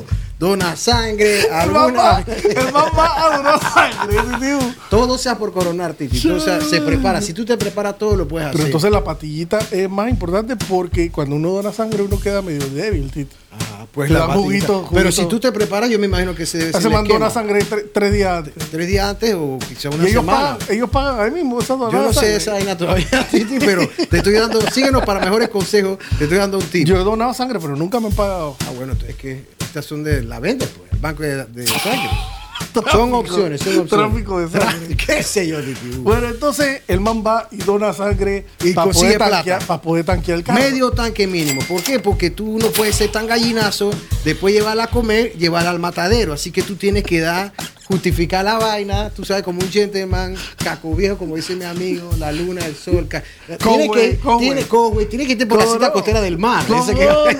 S1: (laughs)
S2: Dona sangre,
S1: El mamá,
S2: alguna...
S1: el mamá adoró sangre, ese tío.
S2: (laughs) Todo sea por coronar, Titi. O sea,
S1: (laughs)
S2: se prepara. Si tú te preparas todo, lo puedes hacer.
S1: Pero entonces la patillita es más importante porque cuando uno dona sangre uno queda medio débil, Tito.
S2: Ah, pues
S1: Le
S2: la
S1: da
S2: patita.
S1: juguito, juguito.
S2: Pero si tú te preparas, yo me imagino que se debe ser
S1: Se
S2: el
S1: mandó
S2: esquema.
S1: una sangre tre- tres días antes.
S2: Tres días antes o quizá una
S1: Y ellos
S2: semana.
S1: pagan, ellos pagan ahí mismo esa
S2: Yo
S1: donada
S2: no sé
S1: sangre.
S2: esa vaina todavía, (laughs) Titi, pero te estoy dando, síguenos para mejores consejos, te estoy dando un tip.
S1: Yo he donado sangre, pero nunca me han pagado.
S2: Ah, bueno, es que estas son de la vende, pues, el banco de, de sangre. son opciones, son opciones.
S1: Tráfico de sangre.
S2: (laughs) ¿Qué sé yo, Titi?
S1: Bueno, entonces el man va y dona sangre
S2: Y
S1: para
S2: consigue
S1: poder, tanquear,
S2: plata.
S1: pa' poder tanquear el carro.
S2: Medio tanque mínimo. ¿Por qué? Porque tú no puedes ser tan gallinazo, después llevarla a comer, llevarla al matadero. Así que tú tienes que dar, justificar la vaina, tú sabes, como un gentleman, caco viejo, como dice mi amigo, la luna, el sol. ca- Tienes
S1: Conway,
S2: que,
S1: Conway.
S2: tienes, Conway, tienes que irte por la
S1: ¿Cómo
S2: cita
S1: no?
S2: costera del mar.
S1: No,
S2: esa que-
S1: no, (laughs) no.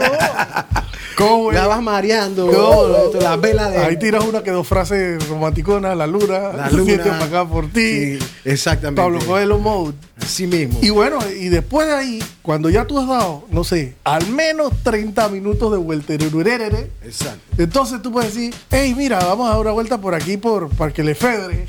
S1: ¿Cómo es?
S2: (laughs) La vas mareando,
S1: No, no.
S2: esto, la vela de
S1: Ahí tiras una que dos frases romanticonas, la luna,
S2: la
S1: (laughs) se
S2: luna.
S1: siente opacada por ti.
S2: Sí, exactamente.
S1: Pablo Coelho Mode.
S2: Así mismo.
S1: Y bueno, y después de ahí, cuando ya tú has dado, no sé, al menos 30 minutos de vuelterururere,
S2: Exacto.
S1: entonces tú puedes decir, hey, mira, vamos a dar una vuelta por aquí por Parque Lefebvre.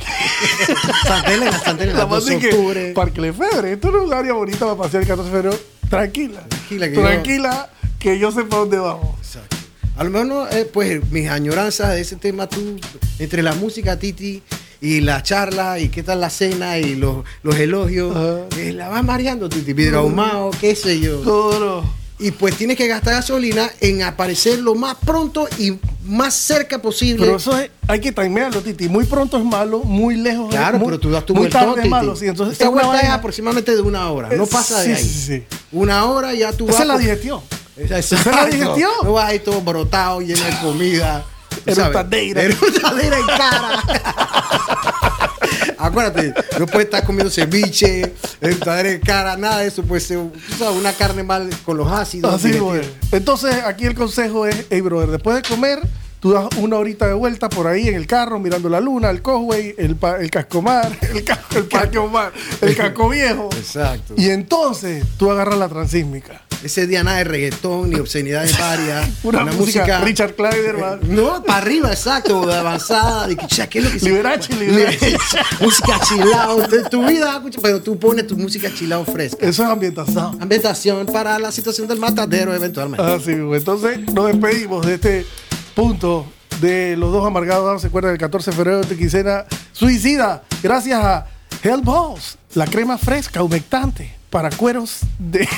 S2: Santa Elena,
S1: (laughs)
S2: Santa Elena,
S1: La más
S2: 12
S1: de
S2: de
S1: que,
S2: octubre.
S1: Parque Lefebvre, esto no es un área bonita para pasear el 14 de febrero. Tranquila.
S2: Tranquila, que yo-
S1: Tranquila, que yo sepa dónde vamos.
S2: Exacto. A lo mejor, no, eh, pues, mis añoranzas de ese tema, tú, entre la música, Titi, y la charla, y qué tal la cena, y los, los elogios,
S1: Ajá.
S2: eh, la vas mareando, Titi, vidrio ahumado, qué sé yo.
S1: Todo no.
S2: Y pues tienes que gastar gasolina en aparecer lo más pronto y más cerca posible.
S1: Pero eso es, hay que timearlo, Titi. Muy pronto es malo, muy lejos es-
S2: Claro,
S1: muy,
S2: pero tú das tu
S1: muy
S2: vueltón,
S1: tarde es
S2: Titi.
S1: malo. Sí, entonces
S2: Esta
S1: es una
S2: vuelta es
S1: vaina-
S2: aproximadamente de una hora, no
S1: Eh,
S2: pasa de
S1: sí,
S2: ahí.
S1: sí, sí.
S2: Una hora ya tú
S1: Esa es
S2: vas
S1: la
S2: por-
S1: digestión.
S2: Exacto.
S1: Esa es la digestión.
S2: No vas ahí todo brotado, lleno de
S1: (laughs)
S2: comida. tú sabes.
S1: Eructadeira.
S2: Eructadeira en cara. (laughs) Acuérdate, no puedes estar comiendo ceviche, eructadera en cara, nada de eso. Pues se- tú sabes, una carne mal con los ácidos.
S1: Así
S2: digestivo.
S1: es. Entonces, aquí el consejo es, hey, brother, después de comer, tú das una horita de vuelta por ahí en el carro, mirando la luna, el cosway, el, pa- el cascomar, (laughs) el, ca- el parque Omar, el casco viejo.
S2: Exacto.
S1: Y entonces, tú agarras la transísmica.
S2: Ese día nada de reggaetón ni obscenidades varias.
S1: (laughs) Una música Richard Clyderman.
S2: Eh, No, para arriba, exacto, de avanzada. De que, ya, ¿qué es lo que se-
S1: Liberace, Liberace.
S2: (laughs) música chilao. De tu vida, escucha, pero tú pones tu música chilao fresca.
S1: Eso es ambientación.
S2: Ambientación para la situación del matadero, eventualmente.
S1: Así, pues, entonces nos despedimos de este punto de los dos amargados. Ah, Se cuerda del 14 de febrero de quincena suicida. Gracias a Hell Balls, la crema fresca, humectante para cueros de, (laughs)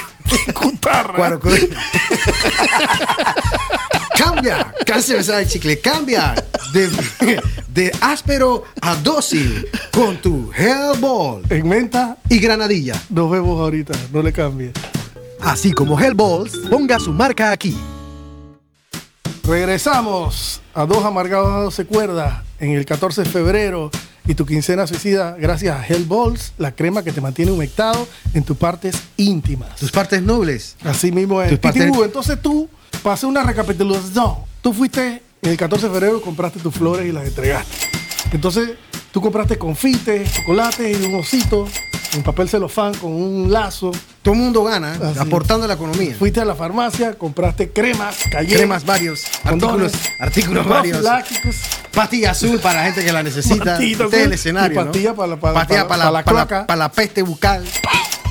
S1: de cutarra.
S2: Cuaro- (laughs) cambia, cáncer de sal de chicle, cambia de, de áspero a dócil con tu Hellball
S1: En menta,
S2: y granadilla.
S1: nos vemos ahorita. No le cambies.
S2: Así como Hellballs, ponga su marca aquí.
S1: Regresamos a Dos Amargados se cuerda en el 14 de febrero y tu quincena suicida gracias a Hell Balls, la crema que te mantiene humectado en tus partes íntimas.
S2: Tus partes nobles.
S1: Así mismo es.
S2: Tus
S1: Titi
S2: partes-
S1: Hugo, entonces tú, pasé una recapitulación. Tú fuiste el 14 de febrero compraste tus flores y las entregaste. Entonces, tú compraste confites, chocolates y un osito en papel celofán con un lazo.
S2: Todo el mundo gana
S1: Así.
S2: aportando a la economía.
S1: Fuiste a la farmacia, compraste cremas, cayeres,
S2: Cremas varios,
S1: condones,
S2: artículos, artículos varios.
S1: profilácticos,
S2: Pastilla azul para la gente que la necesita.
S1: Pastillita
S2: Este es el
S1: azul
S2: escenario.
S1: y pastilla
S2: ¿no?
S1: para la- para- para-
S2: Pastilla para
S1: para
S2: la,
S1: la
S2: para la-
S1: cloaca.
S2: para la peste bucal.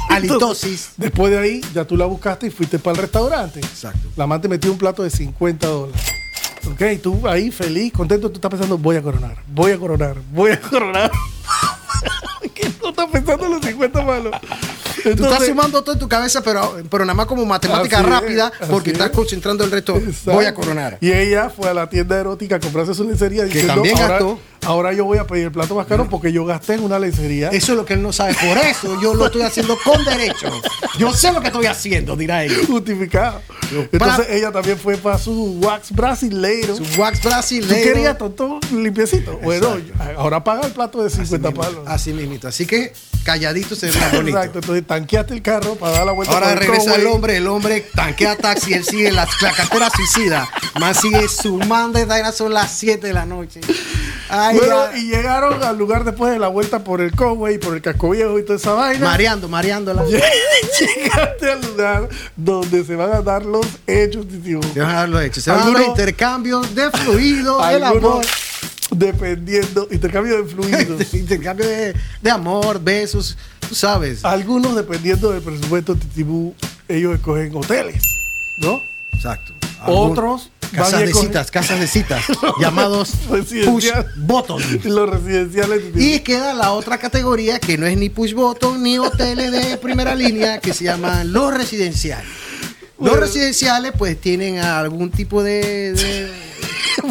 S2: Halitosis.
S1: Después de ahí, ya tú la buscaste y fuiste para el restaurante.
S2: Exacto.
S1: La man te metió un plato de 50 dólares. Ok, tú ahí feliz, contento, tú estás pensando, voy a coronar, voy a coronar, voy a coronar. (laughs) ¿Qué tú estás pensando en los 50 malos?
S2: Tú estás
S1: Entonces,
S2: sumando todo en tu cabeza, pero, pero nada más como matemática
S1: Así es,
S2: rápida, porque
S1: así
S2: estás
S1: es.
S2: concentrando el resto.
S1: exacto.
S2: Voy a coronar.
S1: Y ella fue a la tienda erótica a comprarse su lencería diciendo,
S2: también
S1: ahora,
S2: gastó.
S1: ahora yo voy a pedir el plato más caro porque yo gasté en una lencería.
S2: Eso es lo que él no sabe. Por eso yo lo estoy haciendo con derecho. Yo sé lo que estoy haciendo, dirá él.
S1: justificado.
S2: Yo,
S1: Entonces
S2: pa-
S1: ella también fue para su wax brasileiro.
S2: Su wax
S1: ¿Tú
S2: brasileño.
S1: querías todo limpiecito? Bueno, ahora paga el plato de
S2: Así
S1: 50
S2: mismo,
S1: palos.
S2: Así mismito. Así que calladito se ve más bonito.
S1: Exacto, entonces tanqueaste el carro para dar la (laughs) vuelta.
S2: Ahora
S1: por el eh.
S2: regresa
S1: throwaway.
S2: el hombre, el hombre tanquea taxi, él sigue la, la cartera suicida. Más sigue sumando y vaina, son las 7 de la noche. Ay,
S1: Bueno,
S2: ya.
S1: y llegaron al lugar después de la vuelta por el Conway, por el casco viejo y toda esa vaina.
S2: mareando, mareándola.
S1: (laughs) Llegaste al lugar donde se van a dar los hechos, tío.
S2: Te van a dar los hechos. Se van a dar los
S1: Algunos-
S2: intercambios de fluido, el amor.
S1: (laughs)
S2: (laughs)
S1: Algunos dependiendo, intercambio de fluidos.
S2: intercambio de, de amor, besos, tú sabes.
S1: Algunos, dependiendo del presupuesto Titibú, ellos escogen hoteles, ¿no?
S2: Exacto.
S1: Otros van
S2: Casas
S1: y
S2: de
S1: escogen-
S2: citas, casas de citas, llamados push
S1: Residencial.
S2: button.
S1: (laughs) Los residenciales Titibú.
S2: Y queda la otra categoría que no es ni push button ni hoteles de primera línea que se llaman los residenciales. Los
S1: Bueno.
S2: residenciales pues tienen algún tipo de, de- un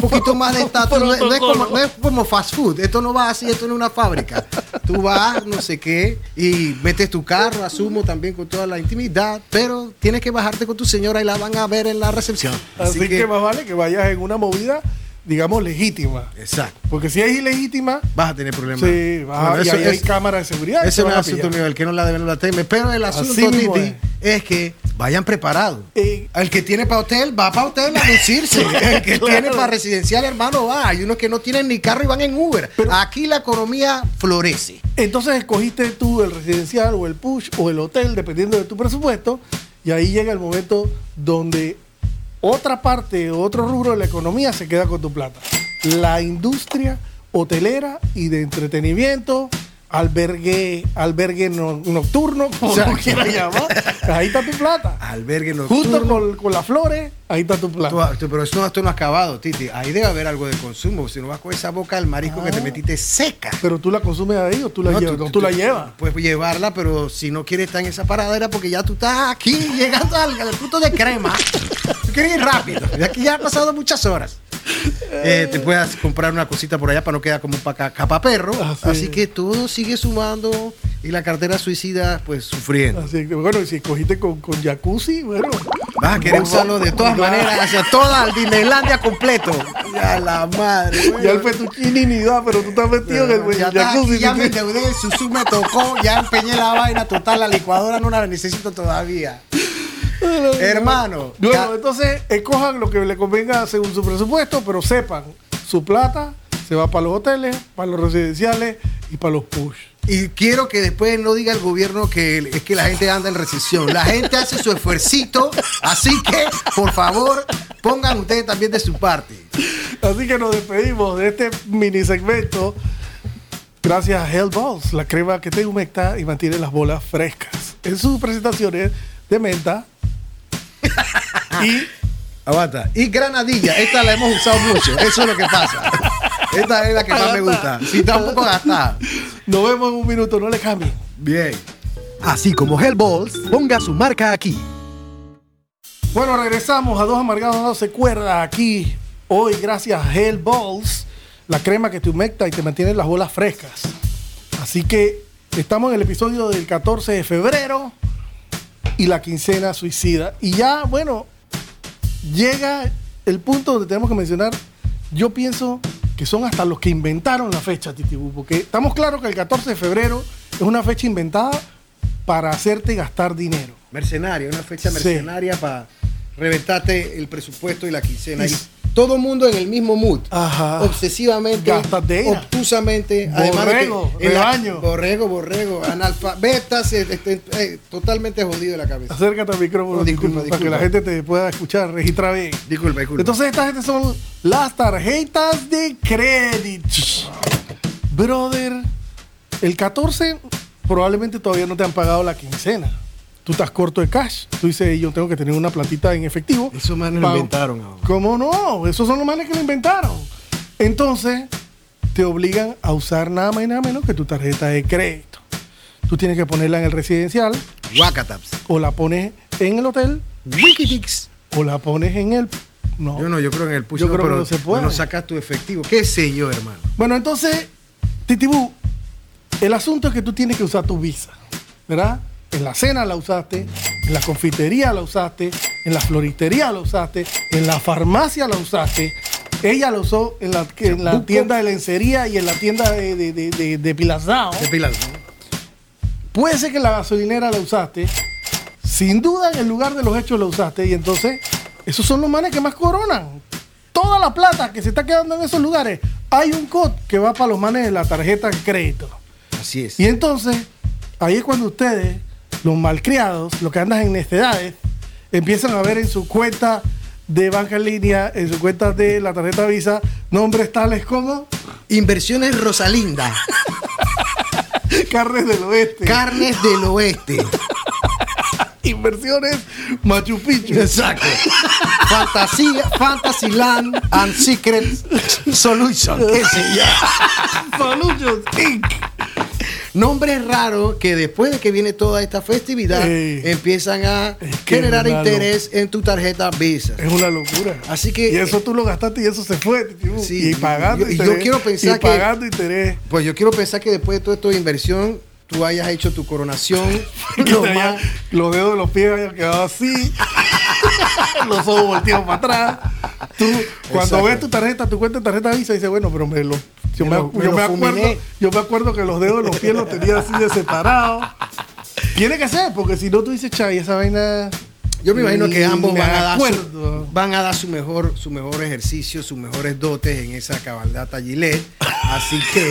S1: (laughs)
S2: poquito más de estatus. No, es- no es como, no es como fast food. Esto no va así, esto no es una fábrica. Tú vas, no sé qué, y metes tu carro, asumo también con toda la intimidad, pero tienes que bajarte con tu señora y la van a ver en la recepción.
S1: Así, que, más vale que vayas en una movida, digamos, legítima.
S2: exacto.
S1: Porque si es ilegítima,
S2: Vas a tener problemas.
S1: sí, vas a-
S2: Bueno,
S1: y
S2: eso
S1: ahí hay
S2: es-
S1: cámara de seguridad.
S2: Ese
S1: y te
S2: no es
S1: van a
S2: asunto
S1: pillar.
S2: mío, el que no la debe no la teme. Pero el asunto,
S1: Así mismo
S2: Titi, es que vayan preparados.
S1: Eh,
S2: El que tiene para hotel va para hotel a
S1: (laughs)
S2: lucirse. El que
S1: Claro.
S2: tiene para residencial, hermano, va. Hay unos que no tienen ni carro y van en Uber. Aquí la economía florece.
S1: Entonces escogiste tú el residencial o el push o el hotel, dependiendo de tu presupuesto, y ahí llega el momento donde otra parte, otro rubro de la economía se queda con tu plata. La industria hotelera y de entretenimiento, albergue, albergue no- nocturno, como
S2: Exacto.
S1: lo quieras llamar, ahí está tu plata.
S2: Albergue
S1: Justo con, con las flores, ahí está tu plata.
S2: Tú- tú- pero esto, esto no ha acabado, Titi. Ahí debe haber algo de consumo. Si no vas con esa boca al marisco
S1: Ah.
S2: que te metiste seca.
S1: Pero tú la consumes ahí o tú la
S2: No,
S1: llevas. No, tú la llevas.
S2: Pues llevarla, pero si no quieres estar en esa paradera porque ya tú estás aquí llegando al, al punto de crema. Tú quieres ir rápido. Y aquí ya han pasado muchas horas. Eh, te puedas comprar una cosita por allá para no quedar como un paca- capaperro.
S1: Así
S2: Así
S1: es.
S2: que todo sigue sumando y la cartera suicida, pues sufriendo.
S1: Así que, bueno, y si escogiste con, con jacuzzi, bueno.
S2: Vas a querer usarlo de todas
S1: Ya.
S2: maneras hacia toda el Disneylandia completo. Ya la madre.
S1: Ya el
S2: bueno.
S1: fettuccine ni da, pero tú estás metido en el
S2: Ya,
S1: buen
S2: está,
S1: jacuzzi.
S2: ya
S1: tú
S2: me
S1: tienes-
S2: endeudé, el susú me tocó, ya empeñé la vaina total, la licuadora no la necesito todavía. Hermano,
S1: Bueno,
S2: ya-
S1: entonces escojan lo que le convenga según su presupuesto, pero sepan, su plata se va para los hoteles, para los residenciales y para los push.
S2: y quiero que después no diga el gobierno que el- es que la gente anda en recesión. La gente hace su esfuercito, así que por favor pongan ustedes también de su parte.
S1: Así que nos despedimos de este mini segmento. Gracias a Hell Balls, la crema que te humecta y mantiene las bolas frescas. En sus presentaciones de menta y
S2: Aguanta. Y granadilla, esta la hemos usado mucho, eso es lo que pasa. Esta es la que más me gusta. Si está un poco gastada.
S1: nos vemos en un minuto, no le cambien.
S2: Bien. Así como Hellballs, ponga su marca aquí.
S1: Bueno, regresamos a Dos Amargados No Se Cuerda aquí. Hoy, gracias a Hell Balls, la crema que te humecta y te mantiene las bolas frescas. Así que estamos en el episodio del 14 de febrero y la quincena suicida. Y ya, bueno, llega el punto donde tenemos que mencionar, yo pienso que son hasta los que inventaron la fecha, Titibú, porque estamos claros que el 14 de febrero es una fecha inventada para hacerte gastar dinero.
S2: Mercenaria, una fecha
S1: Sí.
S2: mercenaria para reventarte el presupuesto y la quincena.
S1: Y-
S2: Y, todo mundo en el mismo mood.
S1: Ajá.
S2: Obsesivamente,
S1: Gastadera.
S2: obtusamente, además de que
S1: Borrego,
S2: en la-
S1: rebaño.
S2: borrego, borrego, analfabetas, eh, este, eh, totalmente jodido de la cabeza.
S1: Acércate al micrófono
S2: Oh, disculpa,
S1: para que
S2: disculpa.
S1: la gente te pueda escuchar, registra bien.
S2: Disculpa, disculpa.
S1: Entonces esta gente son las tarjetas de crédito. Brother, el 14 probablemente todavía no te han pagado la quincena. Tú estás corto de cash. Tú dices, yo tengo que tener una platita en efectivo.
S2: Esos manes lo
S1: Pago.
S2: inventaron ahora.
S1: ¿Cómo no? Esos son los manes que lo inventaron. Entonces, te obligan a usar nada más y nada menos que tu tarjeta de crédito. Tú tienes que ponerla en el residencial
S2: Wakataps.
S1: o la pones en el hotel
S2: Wikidix.
S1: o la pones en el... No.
S2: Yo no, yo creo en el push
S1: Yo
S2: no,
S1: creo que
S2: pero
S1: no se puede.
S2: No sacas tu efectivo. ¿Qué sé yo, hermano?
S1: Bueno, entonces, Titibú, el asunto es que tú tienes que usar tu visa, ¿verdad? En la cena la usaste, en la confitería la usaste, en la floristería la usaste, en la farmacia la usaste. Ella la usó en la, en la
S2: Chapuco.
S1: tienda de lencería y en la tienda de, de, de, de- de Pilarzao.
S2: De pilas, ¿no?
S1: Puede ser que en la gasolinera la usaste. Sin duda en el lugar de los hechos la usaste. Y entonces, esos son los manes que más coronan. Toda la plata que se está quedando en esos lugares, hay un cot que va para los manes de la tarjeta de crédito.
S2: Así es.
S1: Y entonces, ahí es cuando ustedes, los malcriados, los que andan en necedades, empiezan a ver en su cuenta de banca en línea, en su cuenta de la tarjeta Visa, nombres tales como (laughs)
S2: Inversiones Rosalinda.
S1: Carnes del Oeste,
S2: Carnes del Oeste.
S1: Inversiones Machu Picchu.
S2: (laughs) Exacto. Fantasía, Fantasyland and Secret
S1: (laughs)
S2: Solution. ¿Qué sé yo?
S1: Solutions Inc.
S2: Nombre raro que después de que viene toda esta festividad
S1: Ey.
S2: empiezan a
S1: Es que
S2: generar
S1: es una
S2: interés en tu tarjeta Visa.
S1: Es una locura.
S2: Así que- eh,
S1: Y eso tú lo gastaste y eso se fue. Titibú.
S2: Sí,
S1: y pagando
S2: yo- yo
S1: interés.
S2: quiero pensar
S1: y
S2: que-
S1: pagando interés.
S2: Pues yo quiero pensar que después de toda esta inversión, tú hayas hecho
S1: (laughs)
S2: tu coronación.
S1: Y
S2: (laughs) lo
S1: te
S2: más-
S1: hayan- los dedos de los pies hayan quedado
S2: (laughs)
S1: así. los ojos volteados para atrás. Tú, cuando
S2: Exacto.
S1: ves tu tarjeta, tu cuenta de tarjeta Visa, dices, bueno, pero me lo, yo,
S2: Me
S1: me,
S2: lo- me
S1: yo
S2: lo
S1: me acuerdo,
S2: fulminé.
S1: yo me acuerdo que los dedos de los pies los tenía así de separados. Tiene que ser, porque si no tú dices, chay, esa vaina.
S2: Yo me imagino que
S1: ni
S2: ambos
S1: me
S2: van a, dar
S1: acuerdo".
S2: su, van a dar su mejor, su mejor ejercicio, sus mejores dotes en esa cabaldata Gillette. Así
S1: (laughs)
S2: que.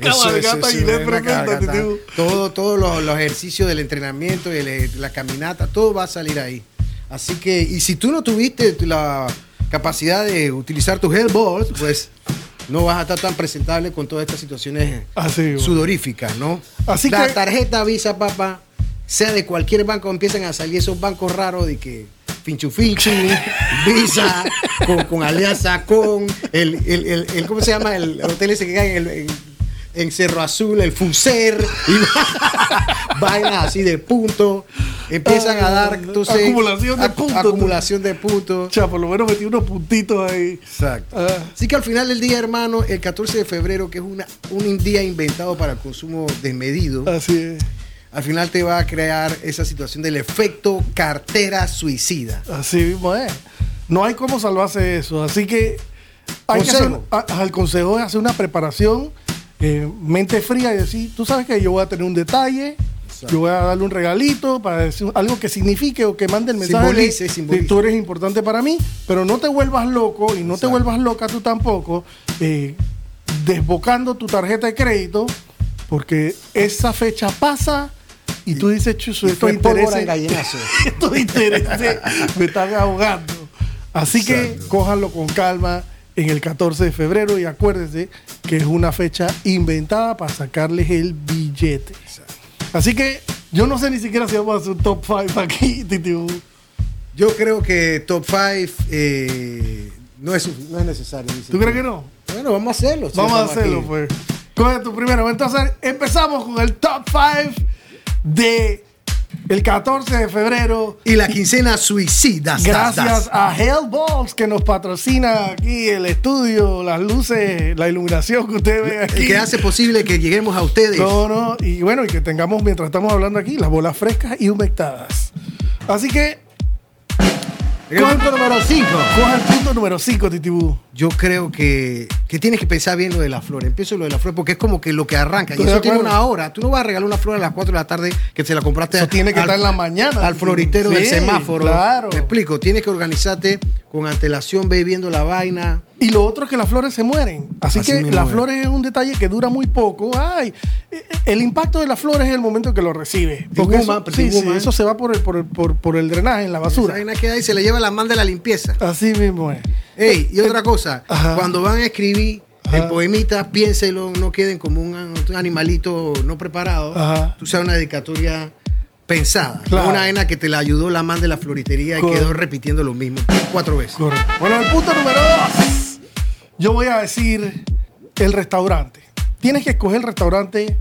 S1: cabalgata Gillette,
S2: una
S1: perfecta,
S2: cabalgata.
S1: te digo.
S2: Todo, todos los, los ejercicios del entrenamiento y el- eh, la caminata, todo va a salir ahí. Así que, y si tú no tuviste tu- la capacidad de utilizar tus headballs, pues no vas a estar tan presentable con todas estas situaciones
S1: Así, bueno.
S2: sudoríficas, ¿no?
S1: Así
S2: la
S1: que-
S2: tarjeta Visa, papá, sea de cualquier banco, empiezan a salir esos bancos raros de que
S1: (laughs)
S2: Finchu Finchu, Visa, con, con Alianza, con el, el, el, el- ¿cómo se llama? El hotel ese que cae en, el- en, en Cerro Azul, el Fuser, y (laughs) vainas así de punto. Empiezan a dar, entonces,
S1: Ah, Acumulación de
S2: acu-
S1: puntos.
S2: Acumulación de puntos.
S1: Cha, por lo menos metí unos puntitos ahí.
S2: Exacto.
S1: Ah.
S2: Así que al final del día, hermano, el 14 de febrero, que es una, un día inventado para el consumo desmedido,
S1: Así es.
S2: al final te va a crear esa situación del efecto cartera suicida.
S1: Así mismo es. No hay cómo salvarse de eso. Así que hay que
S2: Consejo.
S1: hacer- a- al consejo es hacer una preparación, eh, mente fría y decir, tú sabes que yo voy a tener un detalle,
S2: Exacto.
S1: yo voy a darle un regalito para decir algo que signifique o que mande el mensaje. de-
S2: Simbolice,
S1: de
S2: simbolice.
S1: tú eres importante para mí, pero no te vuelvas loco y no te
S2: Exacto.
S1: vuelvas loca tú tampoco, eh, desbocando tu tarjeta de crédito, porque esa fecha pasa. Y, tú dices, chuzo,
S2: y
S1: esto
S2: fue pólvora
S1: interesa.
S2: en gallinazo".
S1: (laughs) estos intereses me están ahogando. Así que
S2: Exacto.
S1: cójanlo con calma en el 14 de febrero y acuérdense que es una fecha inventada para sacarles el billete. Así que yo no sé ni siquiera si vamos a hacer un top 5 aquí, (laughs) Titibú.
S2: (laughs) Yo creo que top 5 no, es, su- no es necesario. dice
S1: ¿Tú crees que no?
S2: Bueno, vamos a hacerlo. si
S1: Vamos a
S2: estamos
S1: hacerlo,
S2: aquí.
S1: pues. Coge tu primero. Entonces, empezamos con el top 5 de el 14 de febrero.
S2: Y la quincena suicida.
S1: Gracias a Hellbox que nos patrocina aquí el estudio, las luces, la iluminación que usted ve aquí.
S2: El que hace posible que lleguemos a ustedes.
S1: No, no, y bueno, y que tengamos mientras estamos hablando aquí las bolas frescas y humectadas. Así que
S2: El punto número 5.
S1: Coja el punto número 5, Titibú.
S2: Yo creo que, que tienes que pensar bien lo de la flor. Empiezo lo de la flor porque es como que lo que arranca. Y
S1: Estoy de
S2: eso tiene
S1: acuerdo.
S2: una hora. Tú no vas a regalar una flor a las 4 de la tarde que se la compraste.
S1: Eso tiene que
S2: al-
S1: estar en la mañana.
S2: Al floritero del
S1: Sí,
S2: semáforo.
S1: claro.
S2: Te explico. Tienes que organizarte con antelación, ve viendo la vaina.
S1: Y lo otro es que las flores se mueren. Así,
S2: Así
S1: que
S2: mismo
S1: las
S2: es.
S1: flores es un detalle que dura muy poco. Ay, eh, eh, el impacto de las flores es el momento que lo recibe. Porque
S2: Tinguma,
S1: eso,
S2: pero
S1: sí, sí,
S2: Tinguma, ¿eh?
S1: eso se va por el, por, el, por, por el drenaje en la
S2: Esa
S1: basura.
S2: vaina queda ahí, se le lleva la man de la limpieza.
S1: Así mismo es.
S2: Ey, y otra cosa,
S1: (laughs) Ajá.
S2: cuando van a escribir
S1: Ajá.
S2: el poemita, piénselo, no queden como un an- animalito no preparado.
S1: Ajá.
S2: Tú sabes una dedicatoria pensada. no
S1: Claro.
S2: Una arena que te la ayudó la man de la floritería
S1: Correcto.
S2: y quedó repitiendo lo mismo cuatro veces.
S1: Correcto. Bueno, el punto número dos. Yo voy a decir el restaurante. Tienes que escoger el restaurante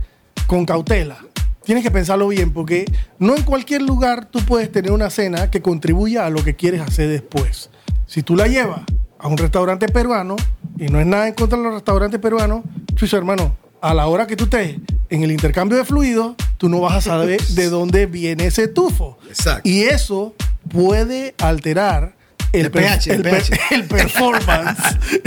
S1: con cautela. Tienes que pensarlo bien porque no en cualquier lugar tú puedes tener una cena que contribuya a lo que quieres hacer después. Si tú la llevas a un restaurante peruano, y no es nada en contra de los restaurantes peruanos, chucho hermano, a la hora que tú estés en el intercambio de fluidos, tú no vas a saber de dónde viene ese tufo.
S2: Exacto.
S1: Y eso puede alterar el,
S2: El
S1: per-
S2: pH, el
S1: el per-
S2: pH.
S1: (laughs) el performance.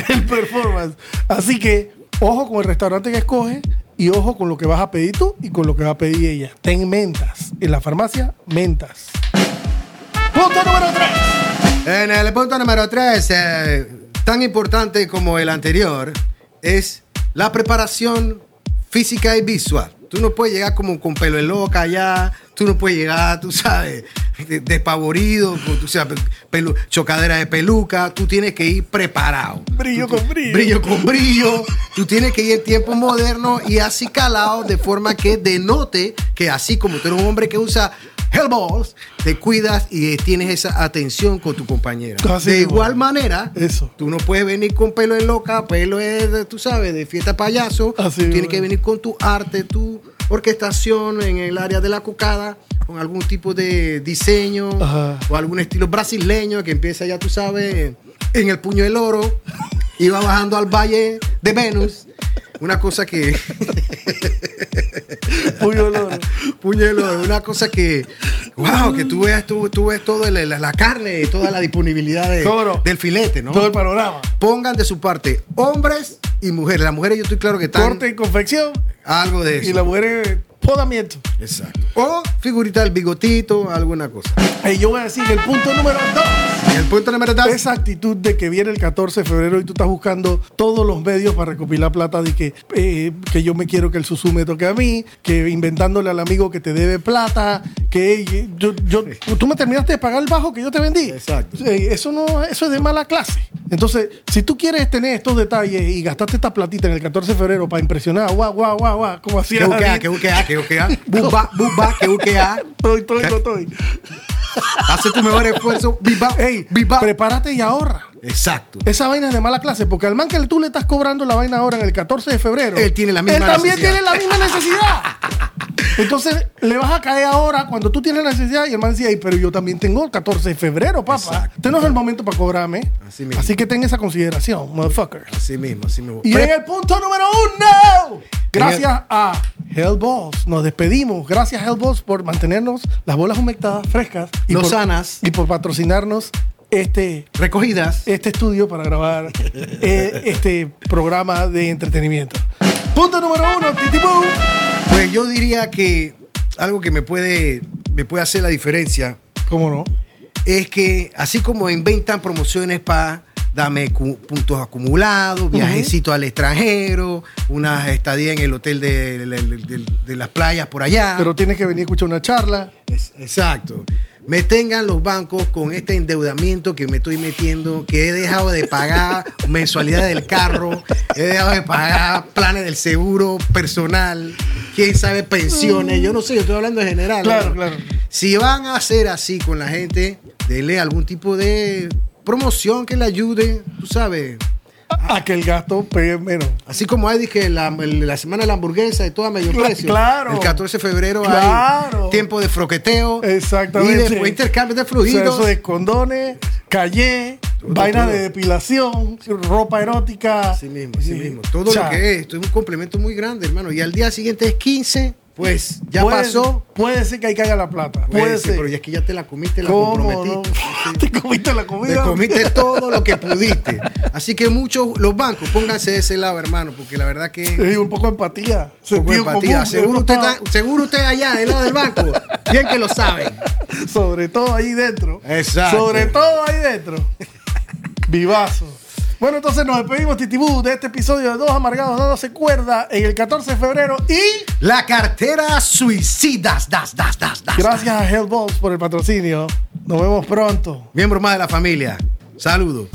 S1: el performance. Así que, ojo con el restaurante que escoges y ojo con lo que vas a pedir tú y con lo que va a pedir ella. Ten mentas. En la farmacia, mentas. Punto número 3.
S2: En el punto número tres, eh, tan importante como el anterior, es la preparación física y visual. Tú no puedes llegar como con pelo de loca allá, tú no puedes llegar, tú sabes, de- despavorido, con tú sabes, pelu- chocadera de peluca, tú tienes que ir preparado.
S1: Brillo
S2: Tú- tú-
S1: con brillo.
S2: Brillo con brillo. Tú tienes que ir en tiempo moderno y así calado, de forma que denote que así como tú eres un hombre que usa Hellballs, te cuidas y tienes esa atención con tu compañera.
S1: Así Eh,
S2: de
S1: mismo.
S2: igual manera,
S1: Eso.
S2: tú no puedes venir con pelo de loca, pelo de, tú sabes, de fiesta payaso.
S1: Así
S2: Tú tienes
S1: mismo.
S2: que venir con tu arte, tu orquestación en el área de la cocada, con algún tipo de diseño
S1: Ajá.
S2: o algún estilo brasileño que empieza ya tú sabes en el puño del oro y va bajando al valle de Venus una cosa que (laughs)
S1: Puyo olor.
S2: puño del oro una cosa que wow que tú veas tú, tú ves toda la, la carne toda la disponibilidad de-
S1: Claro.
S2: del filete no
S1: Todo el panorama.
S2: pongan de su parte hombres y mujeres las mujeres yo estoy claro que están
S1: Corte y confección.
S2: algo de eso
S1: Y la mujer es podamiento.
S2: exacto o figurita del bigotito alguna cosa
S1: Y yo voy a decir el punto número 2.
S2: y el punto número tal
S1: Esa actitud de que viene el 14 de febrero y tú estás buscando todos los medios para recopilar plata, de que, eh, que yo me quiero que el Susu me toque a mí, que inventándole al amigo que te debe plata, que eh, yo, yo- tú me terminaste de pagar el bajo que yo te vendí.
S2: Exacto.
S1: Eh, eso, no, eso es de mala clase. Entonces, si tú quieres tener estos detalles y gastaste esta platita en el 14 de febrero para impresionar, guau, guau, guau, guau, como hacía
S2: que buquea
S1: David.
S2: que buquea que buquea buba buba que buquea
S1: Estoy, estoy, no estoy.
S2: Hace tu mejor esfuerzo. Viva,
S1: Ey,
S2: viva.
S1: prepárate y ahorra.
S2: Exacto.
S1: Esa vaina es de mala clase, porque al man que tú le estás cobrando la vaina ahora en el 14 de febrero.
S2: Él tiene la misma
S1: Él también
S2: necesidad.
S1: tiene la misma
S2: (laughs)
S1: necesidad. Entonces, le vas a caer ahora cuando tú tienes la necesidad y el man decía, pero yo también tengo el 14 de febrero, papá.
S2: Exacto.
S1: Este no es el momento para cobrarme.
S2: Así mismo.
S1: que ten esa consideración, motherfucker.
S2: Así mismo, así mismo.
S1: Y
S2: Pre-
S1: en el punto número uno, gracias a Hellboss, nos despedimos. Gracias Hellboss por mantenernos las bolas humectadas, frescas.
S2: No
S1: por-
S2: sanas.
S1: Y por patrocinarnos este
S2: recogidas.
S1: este estudio para grabar eh, este programa de entretenimiento. Punto número uno, Titi Boom.
S2: Pues yo diría que algo que me puede, me puede hacer la diferencia
S1: ¿Cómo no?
S2: es que así como inventan promociones para dame cu- puntos acumulados, viajecito al extranjero, una estadía en el hotel de, de- de- de las playas por allá.
S1: Pero tienes que venir a escuchar una charla.
S2: Es- Exacto. Me tengan los bancos con este endeudamiento que me estoy metiendo, que he dejado de pagar (laughs) mensualidad del carro, he dejado de pagar planes del seguro personal, quién sabe, pensiones, yo no sé, yo estoy hablando en general.
S1: Claro,
S2: ¿no?
S1: claro.
S2: Si van a hacer así con la gente, denle algún tipo de promoción que le ayude, tú sabes.
S1: A a que el gasto pegue menos.
S2: Así como hay, dije, la, el- la semana de la hamburguesa y todo a medio
S1: Cla-
S2: precio.
S1: claro.
S2: El 14 de febrero
S1: Claro.
S2: hay tiempo de froqueteo.
S1: Exactamente.
S2: Y después intercambio de
S1: O sea,
S2: fluidos.
S1: eso de condones, calle,
S2: Todo,
S1: vaina
S2: todo.
S1: de depilación, ropa erótica.
S2: Así mismo, así
S1: Sí.
S2: mismo. Todo
S1: O sea,
S2: lo que es. Esto es un complemento muy grande, hermano. Y al día siguiente es 15 Pues ya
S1: Puede-
S2: pasó.
S1: Puede ser que ahí caiga la plata.
S2: Pues,
S1: Puede
S2: sí,
S1: ser.
S2: Pero ya es que ya te la comiste, la
S1: ¿Cómo
S2: comprometiste.
S1: no? (laughs) Te comiste la
S2: Te
S1: comida.
S2: comiste todo lo que pudiste. Así que muchos, los bancos, pónganse de ese lado, hermano, porque la verdad que.
S1: Sí, un poco de empatía.
S2: poco de
S1: Sentido
S2: empatía.
S1: común,
S2: Seguro usted,
S1: Europa,
S2: está- seguro usted allá, del lado del banco. Bien que lo saben.
S1: (laughs) Sobre todo ahí dentro.
S2: Exacto.
S1: Sobre todo ahí dentro. (laughs) Vivazo. Bueno, entonces nos despedimos, Titibú, de este episodio de Dos Amargados Dándose Cuerda en el 14 de febrero. Y
S2: La cartera suicidas, das, das, das, das.
S1: gracias a Hellballs por el patrocinio. Nos vemos pronto.
S2: Miembros más de la familia. Saludos.